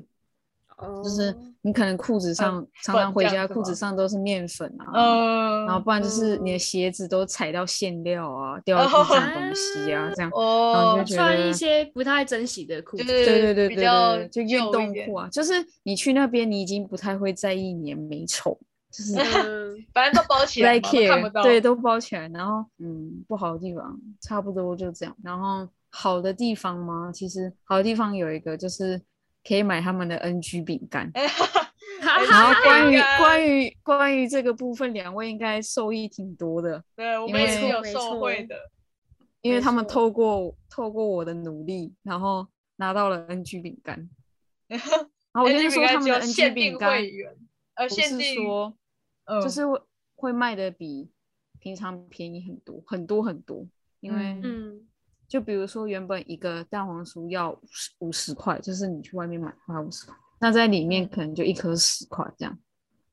[SPEAKER 1] 就是
[SPEAKER 3] 哦
[SPEAKER 1] 你可能裤子上、常常
[SPEAKER 2] 粉
[SPEAKER 1] 回
[SPEAKER 2] 嗯这样
[SPEAKER 1] 家
[SPEAKER 2] 子
[SPEAKER 1] 裤
[SPEAKER 2] 吗
[SPEAKER 1] 子上都是面粉啊，
[SPEAKER 2] 嗯，
[SPEAKER 1] 然后不然就是你的
[SPEAKER 3] 嗯
[SPEAKER 1] 鞋子都踩到馅料啊，掉到地上的东西啊，这样。
[SPEAKER 2] 哦，
[SPEAKER 1] 就觉
[SPEAKER 3] 穿
[SPEAKER 1] 得
[SPEAKER 3] 一些不太珍惜的裤
[SPEAKER 2] 就
[SPEAKER 3] 子，
[SPEAKER 2] 是
[SPEAKER 1] 对对对
[SPEAKER 2] 比
[SPEAKER 1] 对
[SPEAKER 2] 较
[SPEAKER 1] 对，
[SPEAKER 2] 旧
[SPEAKER 1] 就运
[SPEAKER 2] 一
[SPEAKER 1] 动
[SPEAKER 2] 点
[SPEAKER 1] 裤啊，就是你去那边，你已经不太会在意你的美丑， 就是
[SPEAKER 3] 嗯
[SPEAKER 2] 反正都包起
[SPEAKER 1] 不
[SPEAKER 2] 来
[SPEAKER 1] 太
[SPEAKER 2] 嘛，都看不
[SPEAKER 1] care，
[SPEAKER 2] 到。
[SPEAKER 1] 对，，都包起来。然后，嗯，不好的地方差不多就这样。然后好的地方嘛，其实好的地方有一个就是可以买他们的 NG 饼干。
[SPEAKER 3] 哈
[SPEAKER 2] 哎
[SPEAKER 1] 然
[SPEAKER 3] 哈
[SPEAKER 1] 后
[SPEAKER 2] 这个
[SPEAKER 1] 关
[SPEAKER 2] 应
[SPEAKER 1] 于
[SPEAKER 2] 该
[SPEAKER 1] 关于关于这个部分，两位应该受益挺多的，
[SPEAKER 2] 对我
[SPEAKER 1] 因
[SPEAKER 2] 们也
[SPEAKER 1] 为
[SPEAKER 2] 是有
[SPEAKER 3] 没
[SPEAKER 2] 受
[SPEAKER 3] 错
[SPEAKER 2] 贿的，
[SPEAKER 1] 因为
[SPEAKER 3] 没
[SPEAKER 1] 他们
[SPEAKER 3] 错
[SPEAKER 1] 透过透过我的努力，然后拿到了 NG 饼 干。然后我
[SPEAKER 2] NG
[SPEAKER 1] 先
[SPEAKER 2] 饼
[SPEAKER 1] 说他
[SPEAKER 2] 干
[SPEAKER 1] 们
[SPEAKER 2] 只有
[SPEAKER 1] 的
[SPEAKER 2] 限
[SPEAKER 1] NG
[SPEAKER 2] 定
[SPEAKER 1] 饼干
[SPEAKER 2] 会，员，呃，
[SPEAKER 1] 不
[SPEAKER 2] 限
[SPEAKER 1] 是
[SPEAKER 2] 定，
[SPEAKER 1] 说
[SPEAKER 2] 嗯，
[SPEAKER 1] 就是会会卖的比平常便宜很多很多很多，因为
[SPEAKER 2] 嗯
[SPEAKER 3] 嗯，
[SPEAKER 1] 就比如说原本一个蛋黄酥要五十五十块，就是你去外面买花五十块，那在里面可能就一颗十块这样，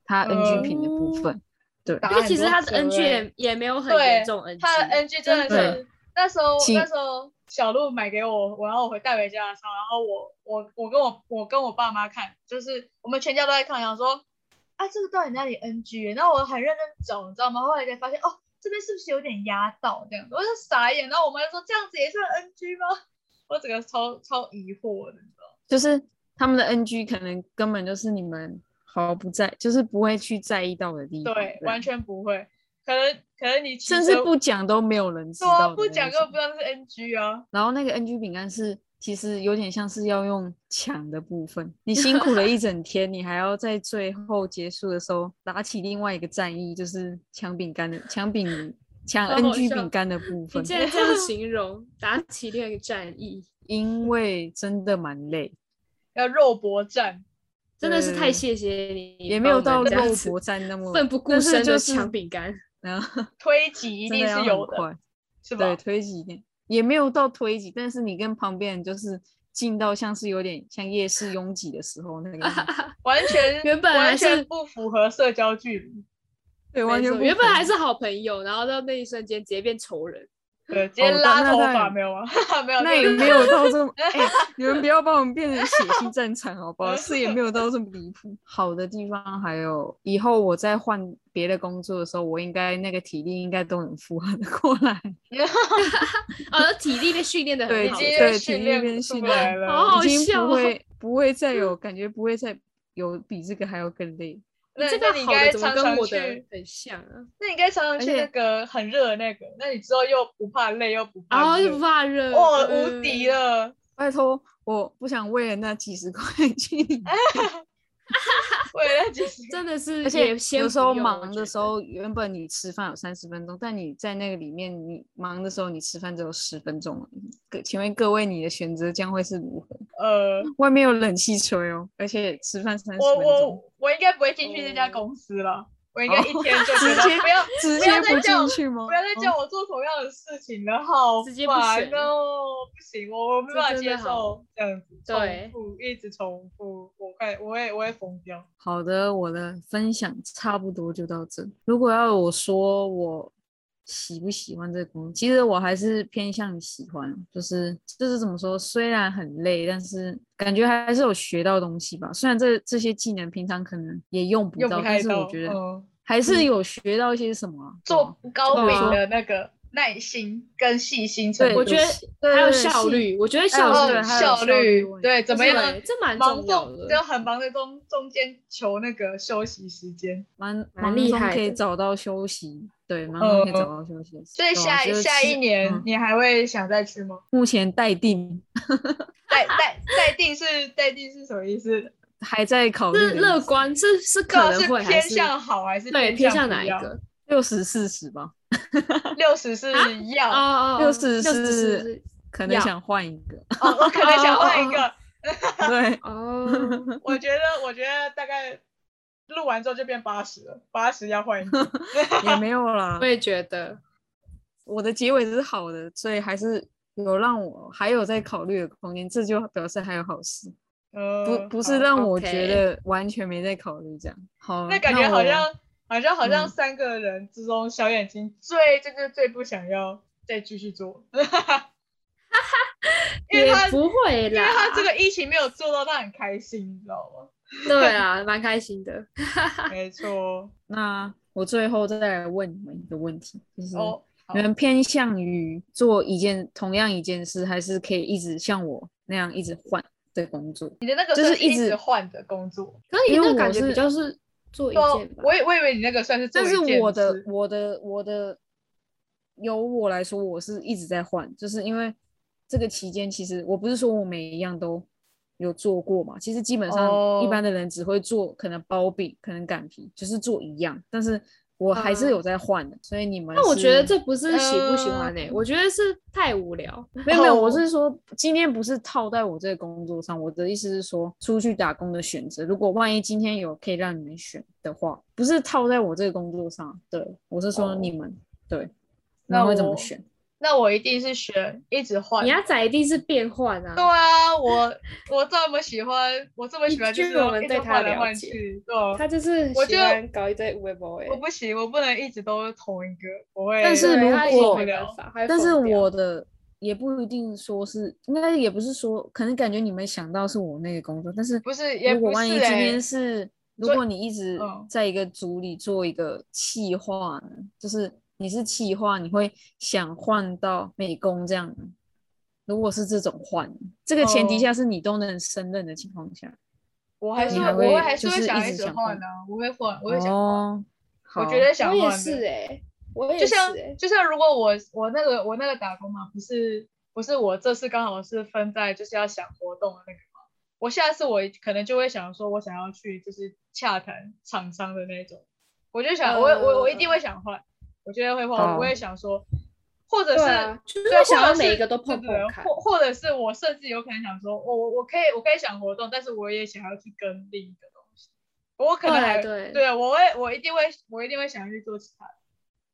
[SPEAKER 1] 它
[SPEAKER 2] 嗯
[SPEAKER 1] NG 品的部分，对
[SPEAKER 2] 打
[SPEAKER 3] 因为
[SPEAKER 2] 很
[SPEAKER 3] 其实
[SPEAKER 2] 多
[SPEAKER 3] 它的
[SPEAKER 2] 折
[SPEAKER 3] NG
[SPEAKER 2] 欸
[SPEAKER 3] 也也没有很
[SPEAKER 2] 对
[SPEAKER 3] 严重 NG，
[SPEAKER 2] 他的 NG 真的
[SPEAKER 1] 真
[SPEAKER 2] 是那时候
[SPEAKER 1] 请
[SPEAKER 2] 那时候小鹿买给我，我然后我回带回家的时候，然后我我我跟我我跟我爸妈看，就是我们全家都在看，想说啊这个到底哪里 NG？欸然后我很认真找，你知道吗？后来才发现哦这边是不是有点压到这样子，我就傻眼，然后我妈就说这样子也算 NG 吗？我整个超超疑惑的，你知道吗
[SPEAKER 1] 就是他们的 NG 可能根本就是你们毫不在，就是不会去在意到的地方，
[SPEAKER 2] 对，
[SPEAKER 1] 这样
[SPEAKER 2] 完全不会，可能可能你骑
[SPEAKER 1] 甚至
[SPEAKER 2] 车
[SPEAKER 1] 不讲都没有人知
[SPEAKER 2] 对啊
[SPEAKER 1] 道，
[SPEAKER 2] 不讲根
[SPEAKER 1] 个
[SPEAKER 2] 本不知道这是 NG 啊，
[SPEAKER 1] 然后那个 NG 饼干是其实有点像是要用抢的部分，你辛苦 了一整天，你还要在最后结束的时候打起另外一个战役，就是抢饼干的抢饼抢
[SPEAKER 3] 好好
[SPEAKER 1] NG
[SPEAKER 3] 笑
[SPEAKER 1] 饼干的部分
[SPEAKER 3] 你，竟然这 样形容，打起另一个战役，
[SPEAKER 1] 因为真的蛮累，
[SPEAKER 2] 要肉搏战。
[SPEAKER 3] 真的是太
[SPEAKER 1] 对
[SPEAKER 3] 谢谢你，
[SPEAKER 1] 也没有
[SPEAKER 3] 帮
[SPEAKER 1] 到
[SPEAKER 3] 我们这样
[SPEAKER 1] 肉
[SPEAKER 3] 子
[SPEAKER 1] 搏战那么
[SPEAKER 3] 奋不顾
[SPEAKER 1] 但是
[SPEAKER 3] 身
[SPEAKER 1] 就
[SPEAKER 3] 的
[SPEAKER 1] 是
[SPEAKER 3] 抢饼干，
[SPEAKER 1] 然后
[SPEAKER 2] 推挤一
[SPEAKER 1] 真
[SPEAKER 2] 定
[SPEAKER 1] 要
[SPEAKER 2] 是
[SPEAKER 1] 很
[SPEAKER 2] 有的，
[SPEAKER 1] 快
[SPEAKER 2] 是吧
[SPEAKER 1] 对，？推挤一点也没有到推挤，但是你跟旁边人就是。近到像是有点像夜市拥挤的时候那个 样子，
[SPEAKER 2] 完全
[SPEAKER 3] 原本
[SPEAKER 2] 完
[SPEAKER 3] 还
[SPEAKER 2] 全
[SPEAKER 3] 是
[SPEAKER 2] 不符合社交距离，
[SPEAKER 3] 没
[SPEAKER 1] 对，完全
[SPEAKER 3] 错
[SPEAKER 1] 不
[SPEAKER 3] 原本
[SPEAKER 1] 可
[SPEAKER 3] 还
[SPEAKER 1] 能
[SPEAKER 3] 是好朋友，然后到那一瞬间直接变仇人，
[SPEAKER 2] 对，直接
[SPEAKER 1] 哦
[SPEAKER 2] 拉
[SPEAKER 1] 那
[SPEAKER 2] 头
[SPEAKER 1] 那
[SPEAKER 2] 发没有吗？ 没有，
[SPEAKER 1] 那
[SPEAKER 2] 没
[SPEAKER 1] 也
[SPEAKER 2] 有
[SPEAKER 1] 没有 到这么，哎、你们不要把我们变成血腥战场好不好？
[SPEAKER 2] 嗯
[SPEAKER 1] 是也没有到这么离谱。好的地方还有，以后我再换别的工作的时候，我应该那个体力应该都能负荷的过来。
[SPEAKER 3] 啊，体力被训练的
[SPEAKER 1] 对
[SPEAKER 3] 很
[SPEAKER 2] 已
[SPEAKER 3] 好，
[SPEAKER 2] 经
[SPEAKER 1] 对体
[SPEAKER 2] 训
[SPEAKER 1] 力
[SPEAKER 2] 练
[SPEAKER 1] 变
[SPEAKER 2] 不
[SPEAKER 1] 训
[SPEAKER 2] 出来
[SPEAKER 1] 练哦
[SPEAKER 2] 了，
[SPEAKER 3] 好好
[SPEAKER 1] 已经
[SPEAKER 3] 笑
[SPEAKER 1] 不
[SPEAKER 3] 哦
[SPEAKER 1] 会不会再有感觉，不会再有比这个还要更累。
[SPEAKER 3] 你
[SPEAKER 2] 那
[SPEAKER 3] 这
[SPEAKER 2] 那
[SPEAKER 3] 个
[SPEAKER 2] 你应
[SPEAKER 3] 好的
[SPEAKER 2] 该
[SPEAKER 3] 怎么
[SPEAKER 2] 常
[SPEAKER 3] 跟
[SPEAKER 2] 常
[SPEAKER 3] 我的
[SPEAKER 2] 去
[SPEAKER 3] 很像啊？
[SPEAKER 2] 那你应该常常去
[SPEAKER 1] 而且
[SPEAKER 2] 那个很热的那个，那你之后又不怕累又不
[SPEAKER 3] 然
[SPEAKER 2] 怕
[SPEAKER 3] 后
[SPEAKER 2] 热
[SPEAKER 3] 就哦啊不呃怕热，
[SPEAKER 2] 啊
[SPEAKER 3] 嗯
[SPEAKER 2] 哇、
[SPEAKER 3] 对
[SPEAKER 2] 无敌。了！
[SPEAKER 1] 拜托，我不想为了那几十块 去你家。
[SPEAKER 2] 为了那几十
[SPEAKER 3] 真的是，
[SPEAKER 1] 而且
[SPEAKER 3] 也先
[SPEAKER 1] 有时候
[SPEAKER 3] 不用我
[SPEAKER 1] 忙
[SPEAKER 3] 觉
[SPEAKER 1] 的
[SPEAKER 3] 得
[SPEAKER 1] 时候，原本你吃饭有三十分钟，但你在那个里面，你忙的时候你吃饭只有十分钟而已。各请问各位，你的选择将会是如何？
[SPEAKER 2] 呃，
[SPEAKER 1] 外面有冷气吹哦，而且吃饭三十
[SPEAKER 2] 我
[SPEAKER 1] 分钟，哦
[SPEAKER 2] 我我应该不会进去这家公司了，我应该一天就觉
[SPEAKER 1] 直
[SPEAKER 2] 得
[SPEAKER 1] 接
[SPEAKER 2] 不要
[SPEAKER 1] 直
[SPEAKER 2] 不
[SPEAKER 1] 接
[SPEAKER 2] 要
[SPEAKER 1] 不
[SPEAKER 2] 再叫
[SPEAKER 1] 进去吗？
[SPEAKER 2] 不要再
[SPEAKER 1] 哦
[SPEAKER 2] 叫我做同样的事情了，好
[SPEAKER 3] 直接不
[SPEAKER 2] 烦
[SPEAKER 3] 行
[SPEAKER 2] 哦！不行，我我没
[SPEAKER 3] 这
[SPEAKER 2] 办法
[SPEAKER 3] 真
[SPEAKER 2] 接
[SPEAKER 3] 的好
[SPEAKER 2] 受这样子，
[SPEAKER 3] 对
[SPEAKER 2] 重复一直重复，我快我会我会疯掉。
[SPEAKER 1] 好的，我的分享差不多就到这。如果要我说我喜不喜欢这个工作，其实我还是偏向于喜欢，就是就是怎么说，虽然很累，但是感觉还是有学到东西吧。虽然这这些技能平常可能也用不
[SPEAKER 2] 用
[SPEAKER 1] 到，
[SPEAKER 2] 不
[SPEAKER 1] 但
[SPEAKER 2] 太
[SPEAKER 1] 是我
[SPEAKER 2] 到，
[SPEAKER 1] 觉得啊
[SPEAKER 2] 嗯
[SPEAKER 1] 还是有学到一些什么啊、对啊
[SPEAKER 2] 做高
[SPEAKER 1] 对
[SPEAKER 2] 明
[SPEAKER 1] 啊
[SPEAKER 2] 的那个耐心跟细心程
[SPEAKER 1] 对
[SPEAKER 3] 我
[SPEAKER 2] 度，
[SPEAKER 3] 觉得
[SPEAKER 1] 对
[SPEAKER 3] 还有
[SPEAKER 1] 对对
[SPEAKER 3] 效
[SPEAKER 1] 是
[SPEAKER 3] 率，我觉得
[SPEAKER 1] 还有
[SPEAKER 3] 效
[SPEAKER 1] 对
[SPEAKER 3] 率
[SPEAKER 2] 哦
[SPEAKER 1] 还有效
[SPEAKER 2] 效
[SPEAKER 1] 率
[SPEAKER 2] 率
[SPEAKER 1] 问题
[SPEAKER 2] 对怎么样
[SPEAKER 3] 对这蛮
[SPEAKER 2] 忙
[SPEAKER 3] 重要
[SPEAKER 2] 中就
[SPEAKER 3] 的。
[SPEAKER 2] 很忙的中中间求那个休息时间，
[SPEAKER 1] 蛮
[SPEAKER 3] 蛮
[SPEAKER 1] 忙
[SPEAKER 3] 厉
[SPEAKER 1] 中
[SPEAKER 3] 害
[SPEAKER 1] 可以
[SPEAKER 3] 的
[SPEAKER 1] 找到休息，对，忙中可以找
[SPEAKER 2] 呃
[SPEAKER 1] 到休息。
[SPEAKER 2] 所以
[SPEAKER 1] 对啊
[SPEAKER 2] 下
[SPEAKER 1] 就是
[SPEAKER 2] 下一
[SPEAKER 1] 期
[SPEAKER 2] 年
[SPEAKER 1] 嗯
[SPEAKER 2] 你还会想再去吗？
[SPEAKER 1] 目前待定，
[SPEAKER 2] 待待待定是待定是什么意思？
[SPEAKER 1] 还在考虑
[SPEAKER 3] 是
[SPEAKER 1] 的意思。
[SPEAKER 3] 乐观，是是可
[SPEAKER 2] 这
[SPEAKER 3] 能
[SPEAKER 2] 啊是
[SPEAKER 3] 会还
[SPEAKER 2] 偏
[SPEAKER 3] 是
[SPEAKER 2] 向好还是
[SPEAKER 3] 对偏
[SPEAKER 2] 偏
[SPEAKER 3] 向
[SPEAKER 2] 向
[SPEAKER 3] 哪
[SPEAKER 2] 不
[SPEAKER 3] 一
[SPEAKER 2] 要
[SPEAKER 3] 个？
[SPEAKER 1] 六十四十吧，
[SPEAKER 2] 六十是要，
[SPEAKER 3] 哦哦，哦
[SPEAKER 1] 六十
[SPEAKER 3] 六十
[SPEAKER 1] 是
[SPEAKER 3] 是
[SPEAKER 1] 可能
[SPEAKER 3] 要
[SPEAKER 1] 想换一个。
[SPEAKER 2] 哦，我可能想换一个。
[SPEAKER 1] 对，
[SPEAKER 3] 哦，
[SPEAKER 2] 我觉得，我觉得大概录完之后就变八十了，八十要换 一个。
[SPEAKER 1] 也没有啦
[SPEAKER 3] 我。也觉得
[SPEAKER 1] 我的结尾是好的，所以还是有让我还有在考虑的空间，这就表示还有好事，不
[SPEAKER 2] 呃，
[SPEAKER 1] 不是
[SPEAKER 2] 好
[SPEAKER 1] 让我
[SPEAKER 3] ，OK
[SPEAKER 1] 觉得完全没在考虑这样。好，
[SPEAKER 2] 那感觉好
[SPEAKER 1] 我
[SPEAKER 2] 像好像好像
[SPEAKER 1] 嗯
[SPEAKER 2] 三个人之中，小眼睛最最最最不想要再继续做， 因为
[SPEAKER 3] 也
[SPEAKER 2] 他因
[SPEAKER 3] 不会
[SPEAKER 2] 为
[SPEAKER 3] 啦，啊
[SPEAKER 2] 他这个疫情没有做到，他很开心，你知道
[SPEAKER 3] 对啊，蛮开心的。
[SPEAKER 2] 吗？没错，
[SPEAKER 1] 那我最后再来问你们一个问题，就是
[SPEAKER 2] 哦，好
[SPEAKER 1] 你们偏向于做一件同样一件事，还是可以一直像我那样一直换的工作？
[SPEAKER 2] 你的那个
[SPEAKER 1] 就是
[SPEAKER 2] 算
[SPEAKER 1] 一
[SPEAKER 2] 一直
[SPEAKER 1] 直
[SPEAKER 2] 换的工作，
[SPEAKER 3] 可是你
[SPEAKER 1] 因为
[SPEAKER 3] 那
[SPEAKER 1] 我
[SPEAKER 3] 感觉
[SPEAKER 1] 是
[SPEAKER 3] 比较是做一
[SPEAKER 2] 对啊
[SPEAKER 3] 件吧，
[SPEAKER 2] 我以我以为你那个算是做
[SPEAKER 1] 但
[SPEAKER 2] 一
[SPEAKER 1] 是
[SPEAKER 2] 件
[SPEAKER 1] 我的
[SPEAKER 2] 事
[SPEAKER 1] 我的我的，由我来说，我是一直在换，就是因为这个期间，其实我不是说我每一样都有做过嘛，其实基本上一
[SPEAKER 2] 哦
[SPEAKER 1] 般的人只会做可能包饼，可能擀皮，就是做一样，但是我还
[SPEAKER 2] 啊
[SPEAKER 1] 是有在换的，所以你们
[SPEAKER 3] 那我觉得
[SPEAKER 1] 是
[SPEAKER 3] 这不是喜不喜欢呢、欸
[SPEAKER 2] 呃
[SPEAKER 3] 我觉得是太无聊。
[SPEAKER 1] 没有没有，我
[SPEAKER 2] 哦
[SPEAKER 1] 是说今天不是套在我这个工作上，我的意思是说出去打工的选择，如果万一今天有可以让你们选的话，不是套在我这个工作上，对我是说
[SPEAKER 2] 哦
[SPEAKER 1] 你们、对，你
[SPEAKER 2] 那
[SPEAKER 1] 们会怎么
[SPEAKER 2] 我
[SPEAKER 1] 选？
[SPEAKER 2] 那我一定是选一直换
[SPEAKER 3] 你。要仔一定是变换啊，
[SPEAKER 2] 对啊，我 我这么喜欢，我这么喜欢，就
[SPEAKER 3] 依据
[SPEAKER 2] 是要
[SPEAKER 3] 我们
[SPEAKER 2] 一
[SPEAKER 3] 对
[SPEAKER 2] 直
[SPEAKER 3] 他
[SPEAKER 2] 换
[SPEAKER 3] 的
[SPEAKER 2] 来
[SPEAKER 3] 了
[SPEAKER 2] 换
[SPEAKER 3] 解
[SPEAKER 2] 去，对啊
[SPEAKER 3] 他就是
[SPEAKER 2] 我
[SPEAKER 3] 喜
[SPEAKER 2] 就
[SPEAKER 3] 欢搞一堆微博哎，
[SPEAKER 2] 我不行，我不能一直都是同一个，我会。
[SPEAKER 1] 但是
[SPEAKER 3] 对
[SPEAKER 1] 如
[SPEAKER 3] 他已经
[SPEAKER 1] 果
[SPEAKER 3] 没办
[SPEAKER 2] 了
[SPEAKER 3] 法，他会
[SPEAKER 1] 但是
[SPEAKER 3] 疯掉
[SPEAKER 1] 我的也不一定说是，应该也不是说，可能感觉你们想到是我那个工作，但是
[SPEAKER 2] 不是也
[SPEAKER 1] 如果
[SPEAKER 2] 不
[SPEAKER 1] 万一
[SPEAKER 2] 是
[SPEAKER 1] 今
[SPEAKER 2] 欸
[SPEAKER 1] 天是，如
[SPEAKER 2] 所以
[SPEAKER 1] 果你一直
[SPEAKER 2] 嗯
[SPEAKER 1] 在一个组里做一个企划，就是你是企划，你会想换到美工这样。如果是这种换，这个前提
[SPEAKER 2] 哦
[SPEAKER 1] 下是你都能胜任的情况下，
[SPEAKER 2] 我还是
[SPEAKER 3] 你
[SPEAKER 2] 会
[SPEAKER 3] 还
[SPEAKER 2] 我
[SPEAKER 1] 会
[SPEAKER 2] 还是
[SPEAKER 1] 就
[SPEAKER 2] 会
[SPEAKER 1] 是
[SPEAKER 2] 想
[SPEAKER 1] 一直
[SPEAKER 2] 直
[SPEAKER 1] 想
[SPEAKER 2] 换
[SPEAKER 1] 换
[SPEAKER 2] 啊，我会换，我会想换，
[SPEAKER 1] 哦，
[SPEAKER 2] 我
[SPEAKER 1] 好
[SPEAKER 2] 觉得想
[SPEAKER 3] 我
[SPEAKER 2] 换
[SPEAKER 3] 也
[SPEAKER 2] 的
[SPEAKER 3] 是哎、我也
[SPEAKER 2] 就是像
[SPEAKER 3] 哎、
[SPEAKER 2] 就像如果我我那个我那个打工嘛，不是不是我这次刚好是分在就是要想活动的那个嘛，我下次我可能就会想说，我想要去就是洽谈厂商的那种，我就想、我会我我一定会想换，我觉得会换，我
[SPEAKER 1] 哦
[SPEAKER 2] 也想说，或者
[SPEAKER 3] 对
[SPEAKER 2] 是、
[SPEAKER 3] 啊，就是
[SPEAKER 2] 对
[SPEAKER 3] 会想
[SPEAKER 2] 或
[SPEAKER 3] 要
[SPEAKER 2] 者
[SPEAKER 3] 每一
[SPEAKER 2] 是
[SPEAKER 3] 个都
[SPEAKER 2] 对
[SPEAKER 3] 碰
[SPEAKER 2] 对
[SPEAKER 3] 碰
[SPEAKER 2] 对
[SPEAKER 3] 看。
[SPEAKER 2] 或或者是我甚至有可能想说，我我我可以我可以想活动，但是我也想要去跟另一个东西，我可能还
[SPEAKER 3] 对对
[SPEAKER 2] 对啊我会我一定会我一定会想要去做其他的，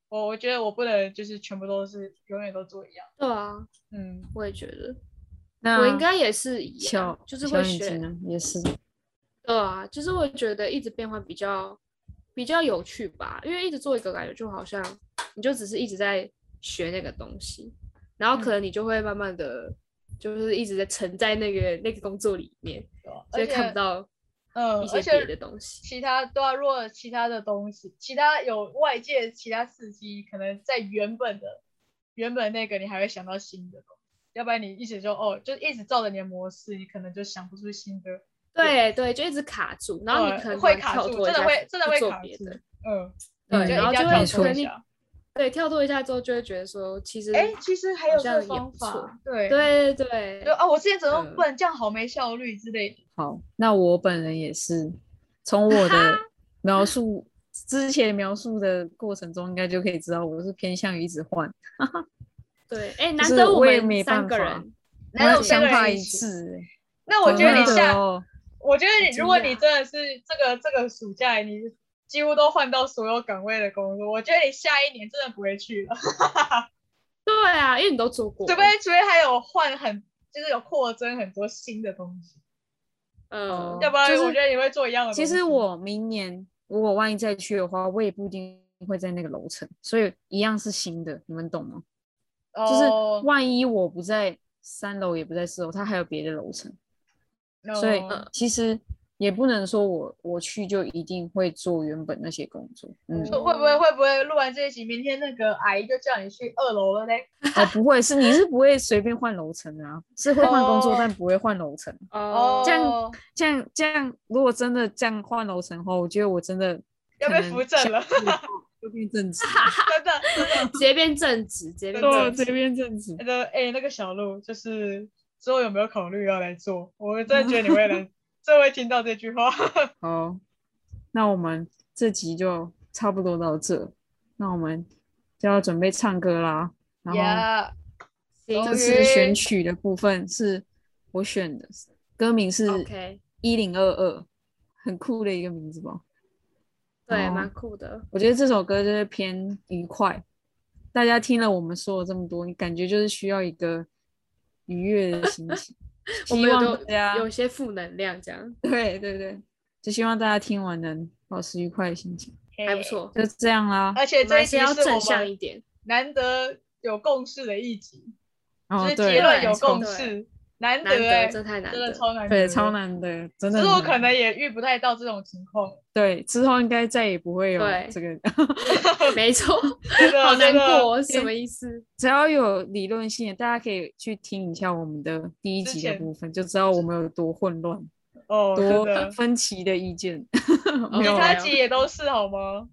[SPEAKER 2] 我我觉得我不能就是全部都是永远都做一样，
[SPEAKER 3] 对啊，
[SPEAKER 2] 嗯，
[SPEAKER 3] 我也觉得，
[SPEAKER 1] 那
[SPEAKER 3] 我应该也是一
[SPEAKER 1] 小
[SPEAKER 3] 样，就是
[SPEAKER 1] 小
[SPEAKER 3] 会
[SPEAKER 1] 眼睛
[SPEAKER 3] 选。
[SPEAKER 1] 呢，也是
[SPEAKER 3] 对啊，就是我觉得一直变换比较比较有趣吧，因为一直做一个感觉就好像你就只是一直在学那个东西，然后可
[SPEAKER 2] 嗯
[SPEAKER 3] 能你就会慢慢的就是一直在沉在那个那个工作里面，
[SPEAKER 2] 对吧
[SPEAKER 3] 所
[SPEAKER 2] 而
[SPEAKER 3] 以看
[SPEAKER 2] 且
[SPEAKER 3] 不到
[SPEAKER 2] 嗯，
[SPEAKER 3] 一
[SPEAKER 2] 而
[SPEAKER 3] 些
[SPEAKER 2] 且
[SPEAKER 3] 别的东西。
[SPEAKER 2] 其他对啊，如果其他的东西，其他有外界其他刺激，可能在原本的原本那个你还会想到新的东西，要不然你一直就哦，就一直照着你的模式，你可能就想不出新的
[SPEAKER 3] 对对，就一直卡住，然后你
[SPEAKER 2] 对
[SPEAKER 3] 可能
[SPEAKER 2] 嗯会
[SPEAKER 3] 突然
[SPEAKER 2] 卡
[SPEAKER 3] 跳
[SPEAKER 2] 住
[SPEAKER 3] 脱一
[SPEAKER 2] 真的
[SPEAKER 3] 下
[SPEAKER 2] 会真的
[SPEAKER 3] 去
[SPEAKER 2] 会
[SPEAKER 3] 做
[SPEAKER 2] 卡
[SPEAKER 3] 别
[SPEAKER 2] 住
[SPEAKER 3] 的，
[SPEAKER 2] 嗯，
[SPEAKER 3] 对，
[SPEAKER 1] 嗯
[SPEAKER 2] 就
[SPEAKER 3] 然
[SPEAKER 2] 一
[SPEAKER 3] 后
[SPEAKER 2] 定
[SPEAKER 3] 就会
[SPEAKER 2] 要跳脱
[SPEAKER 1] 没
[SPEAKER 3] 可
[SPEAKER 1] 错
[SPEAKER 2] 一
[SPEAKER 3] 能你
[SPEAKER 2] 下。
[SPEAKER 3] 对跳脱一下之后，就会觉得说其实
[SPEAKER 2] 哎，其实还
[SPEAKER 3] 好
[SPEAKER 2] 有这
[SPEAKER 3] 像
[SPEAKER 2] 个
[SPEAKER 3] 也
[SPEAKER 2] 方
[SPEAKER 3] 不错
[SPEAKER 2] 法，对
[SPEAKER 3] 对对
[SPEAKER 2] 就啊，我之前怎么
[SPEAKER 1] 嗯
[SPEAKER 2] 不能这样，好没效率之类的。
[SPEAKER 1] 好，那我本人也是从我的 描述之前描述的过程中，应该就可以知道我是偏向于一直换，
[SPEAKER 3] 对，哎，
[SPEAKER 1] 就
[SPEAKER 3] 难
[SPEAKER 1] 是
[SPEAKER 3] 得
[SPEAKER 1] 我也
[SPEAKER 3] 们
[SPEAKER 1] 没
[SPEAKER 3] 三
[SPEAKER 1] 办
[SPEAKER 3] 个
[SPEAKER 1] 法
[SPEAKER 3] 人，
[SPEAKER 2] 难道
[SPEAKER 1] 我
[SPEAKER 2] 我三
[SPEAKER 1] 想
[SPEAKER 2] 个
[SPEAKER 1] 法
[SPEAKER 2] 人
[SPEAKER 1] 一
[SPEAKER 2] 一起？
[SPEAKER 1] 致欸。
[SPEAKER 2] 那 我觉得你
[SPEAKER 1] 真的
[SPEAKER 2] 下，
[SPEAKER 1] 哦
[SPEAKER 2] 我觉得你
[SPEAKER 3] 很
[SPEAKER 2] 如果
[SPEAKER 3] 惊
[SPEAKER 2] 你
[SPEAKER 3] 讶
[SPEAKER 2] 真的是这个这个暑假你几乎都换到所有岗位的工作，我觉得你下一年真的不会去了，
[SPEAKER 3] 对啊，因为你都做过，
[SPEAKER 2] 除非除非还有换很就是有扩增很多新的东西，
[SPEAKER 3] 嗯，
[SPEAKER 2] 要不然
[SPEAKER 1] 就是
[SPEAKER 2] 我觉得你会做一样的东西。
[SPEAKER 1] 其实我明年如果万一再去的话，我也不一定会在那个楼层，所以一样是新的，你们懂吗？
[SPEAKER 2] 哦
[SPEAKER 1] 就是万一我不在三楼，也不在四楼，它还有别的楼层，
[SPEAKER 2] no
[SPEAKER 1] 所以呃其实也不能说我我去就一定会做原本那些工作。嗯，
[SPEAKER 2] 说会不会会不会录完这一集，明天那个阿姨就叫你去二楼了嘞？
[SPEAKER 1] 哦，不会，是你是不会随便换楼层的啊，是会换工
[SPEAKER 2] 哦
[SPEAKER 1] 作，但不会换楼层。
[SPEAKER 3] 哦，
[SPEAKER 1] 这样这样这样，如果真的这样换楼层后，我觉得我真的
[SPEAKER 2] 要
[SPEAKER 1] 可
[SPEAKER 2] 被
[SPEAKER 1] 能
[SPEAKER 2] 扶正
[SPEAKER 1] 下
[SPEAKER 2] 了
[SPEAKER 1] 次就变正直了，
[SPEAKER 2] 真的真的。
[SPEAKER 3] 直接变正直，直接变
[SPEAKER 2] 对
[SPEAKER 1] 对，
[SPEAKER 3] 正
[SPEAKER 1] 这
[SPEAKER 3] 直，
[SPEAKER 1] 边正直。
[SPEAKER 2] 那个哎，那个小鹿就是之后有没有考虑要来做？我真的觉得你会 来，这会听到这句话。
[SPEAKER 1] 好，那我们这集就差不多到这，那我们就要准备唱歌啦。然后
[SPEAKER 2] Yeah，
[SPEAKER 3] 行
[SPEAKER 1] 这
[SPEAKER 2] 终
[SPEAKER 1] 次选
[SPEAKER 2] 于
[SPEAKER 1] 曲的部分是我选的，歌名是
[SPEAKER 3] OK
[SPEAKER 1] 一零二二，很酷的一个名字吧？
[SPEAKER 3] 对，
[SPEAKER 1] 哦
[SPEAKER 3] 蛮酷的，。
[SPEAKER 1] 我觉得这首歌就是偏愉快，大家听了我们说了这么多，你感觉就是需要一个愉悦的心情
[SPEAKER 3] 我
[SPEAKER 1] 希
[SPEAKER 3] 们
[SPEAKER 1] 望
[SPEAKER 3] 有
[SPEAKER 1] 大家
[SPEAKER 3] 有些负能量，这样
[SPEAKER 1] 对对对，就希望大家听完能保持愉快的心情，
[SPEAKER 3] 还不。错，
[SPEAKER 1] 就这样啦。
[SPEAKER 2] 而
[SPEAKER 3] 我
[SPEAKER 2] 且
[SPEAKER 3] 们
[SPEAKER 2] 这
[SPEAKER 3] 还
[SPEAKER 2] 一
[SPEAKER 3] 是
[SPEAKER 2] 集
[SPEAKER 3] 要
[SPEAKER 2] 是
[SPEAKER 3] 正
[SPEAKER 2] 我
[SPEAKER 3] 向
[SPEAKER 2] 们
[SPEAKER 3] 一点，
[SPEAKER 2] 难得有共识的一集，就
[SPEAKER 1] 哦，
[SPEAKER 2] 是
[SPEAKER 1] 对，
[SPEAKER 2] 结论
[SPEAKER 1] 没
[SPEAKER 2] 有
[SPEAKER 1] 错
[SPEAKER 2] 共识，难得
[SPEAKER 3] 难得，
[SPEAKER 2] 哎，
[SPEAKER 3] 这
[SPEAKER 2] 真
[SPEAKER 3] 太难
[SPEAKER 2] 的
[SPEAKER 3] 得，
[SPEAKER 2] 超难，
[SPEAKER 1] 对，超。难的，
[SPEAKER 2] 只
[SPEAKER 1] 真的
[SPEAKER 2] 是
[SPEAKER 1] 很
[SPEAKER 2] 我
[SPEAKER 1] 难。
[SPEAKER 2] 可能也遇不太到这种情 况，
[SPEAKER 1] 对之后应该再也不会有
[SPEAKER 3] 对
[SPEAKER 1] 这个，
[SPEAKER 3] 没错，
[SPEAKER 2] 真的
[SPEAKER 3] 好难
[SPEAKER 2] 真的
[SPEAKER 3] 过哦，什么意 思？
[SPEAKER 1] 只要有理论性的，大家可以去听一下我们的第一
[SPEAKER 2] 之
[SPEAKER 1] 集的
[SPEAKER 2] 前
[SPEAKER 1] 部分，就知道我们有多混乱，
[SPEAKER 2] 哦，真
[SPEAKER 1] 多
[SPEAKER 2] 的，
[SPEAKER 1] 分歧的意见。
[SPEAKER 3] 没
[SPEAKER 2] 其
[SPEAKER 3] 有
[SPEAKER 2] 他集也都是好吗？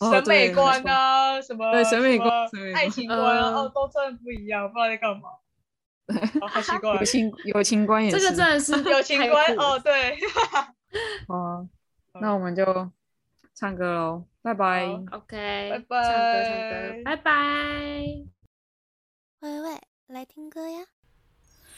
[SPEAKER 1] 哦
[SPEAKER 2] 审美
[SPEAKER 1] 对
[SPEAKER 2] 观
[SPEAKER 1] 没错
[SPEAKER 2] 啊，什么
[SPEAKER 1] 对审美观
[SPEAKER 2] 什么
[SPEAKER 1] 审美观
[SPEAKER 2] 爱情观啊，
[SPEAKER 3] 嗯
[SPEAKER 2] 哦，都真的不一样，不知道在 干嘛，哦好奇怪
[SPEAKER 1] 友。情友情观也
[SPEAKER 3] 这
[SPEAKER 1] 是。
[SPEAKER 3] 个真的是
[SPEAKER 2] 友情
[SPEAKER 3] 太
[SPEAKER 2] 观
[SPEAKER 3] 酷了
[SPEAKER 2] 哦， 对，
[SPEAKER 1] 好啊，那我们就唱歌喽，拜
[SPEAKER 2] 好
[SPEAKER 1] 拜。
[SPEAKER 3] ，OK，
[SPEAKER 2] 拜
[SPEAKER 3] 唱歌唱
[SPEAKER 2] 拜
[SPEAKER 3] 歌，拜拜。
[SPEAKER 4] 喂喂，来听歌呀！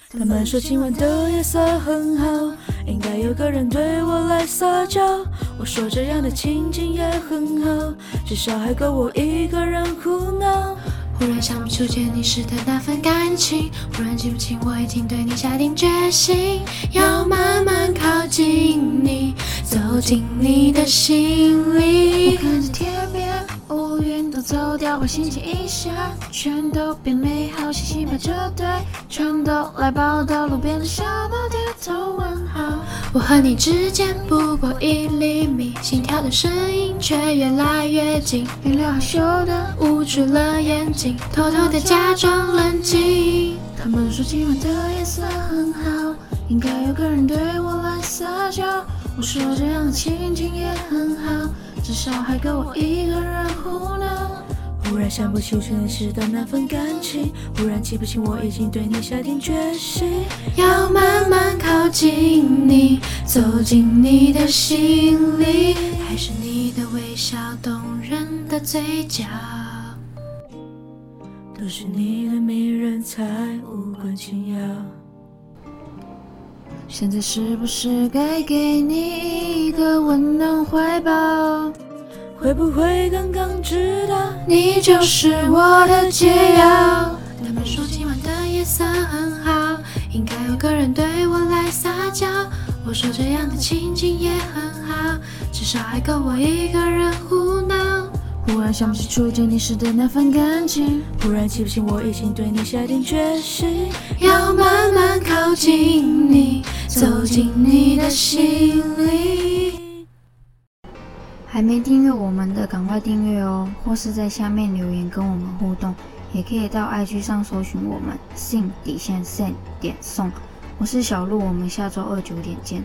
[SPEAKER 5] 他们说今晚的夜色很好，应该有个人对我来撒娇。我说这样的情景也很好，至少还够我一个人胡闹。
[SPEAKER 6] 忽然想不出见你时的那份感情，忽然记不清我已经对你下定决心，要慢慢靠近你，走进你的心里。我看着天边乌云都走掉，我心情一下全都变美好，细心把这对全都来报道，路边的小猫点头问好。我和你之间不过一厘米，心跳的声音却越来越近，你略害羞的捂住了眼睛，偷偷的假装冷静。他们说今晚的夜色很好，应该有个人对我来撒娇。我说这样的情景也很好，至少还够我一个人胡闹。
[SPEAKER 5] 忽然想不起去年时的那份感情，忽然记不清我已经对你下定决心。
[SPEAKER 6] 要慢慢靠近你，走进你的心里，还是你的微笑动人的嘴角。
[SPEAKER 5] 都是你的迷人才无关紧要。
[SPEAKER 6] 现在是不是该给你一个温暖怀抱？
[SPEAKER 5] 会不会刚刚知道？
[SPEAKER 6] 你就是我的解药。他们说今晚的夜色很好，应该有个人对我来撒娇。我说这样的情景也很好，至少还够我一个人胡闹。忽然想起初见你时的那份感情，
[SPEAKER 5] 忽然记不清我已经对你下定决心。
[SPEAKER 6] 要慢慢靠近你，走进你的心里。
[SPEAKER 7] 还没订阅我们的，赶快订阅哦，或是在下面留言跟我们互动，也可以到 IG 上搜寻我们信底线 s 点送。我是小鹿，我们下周二九点见。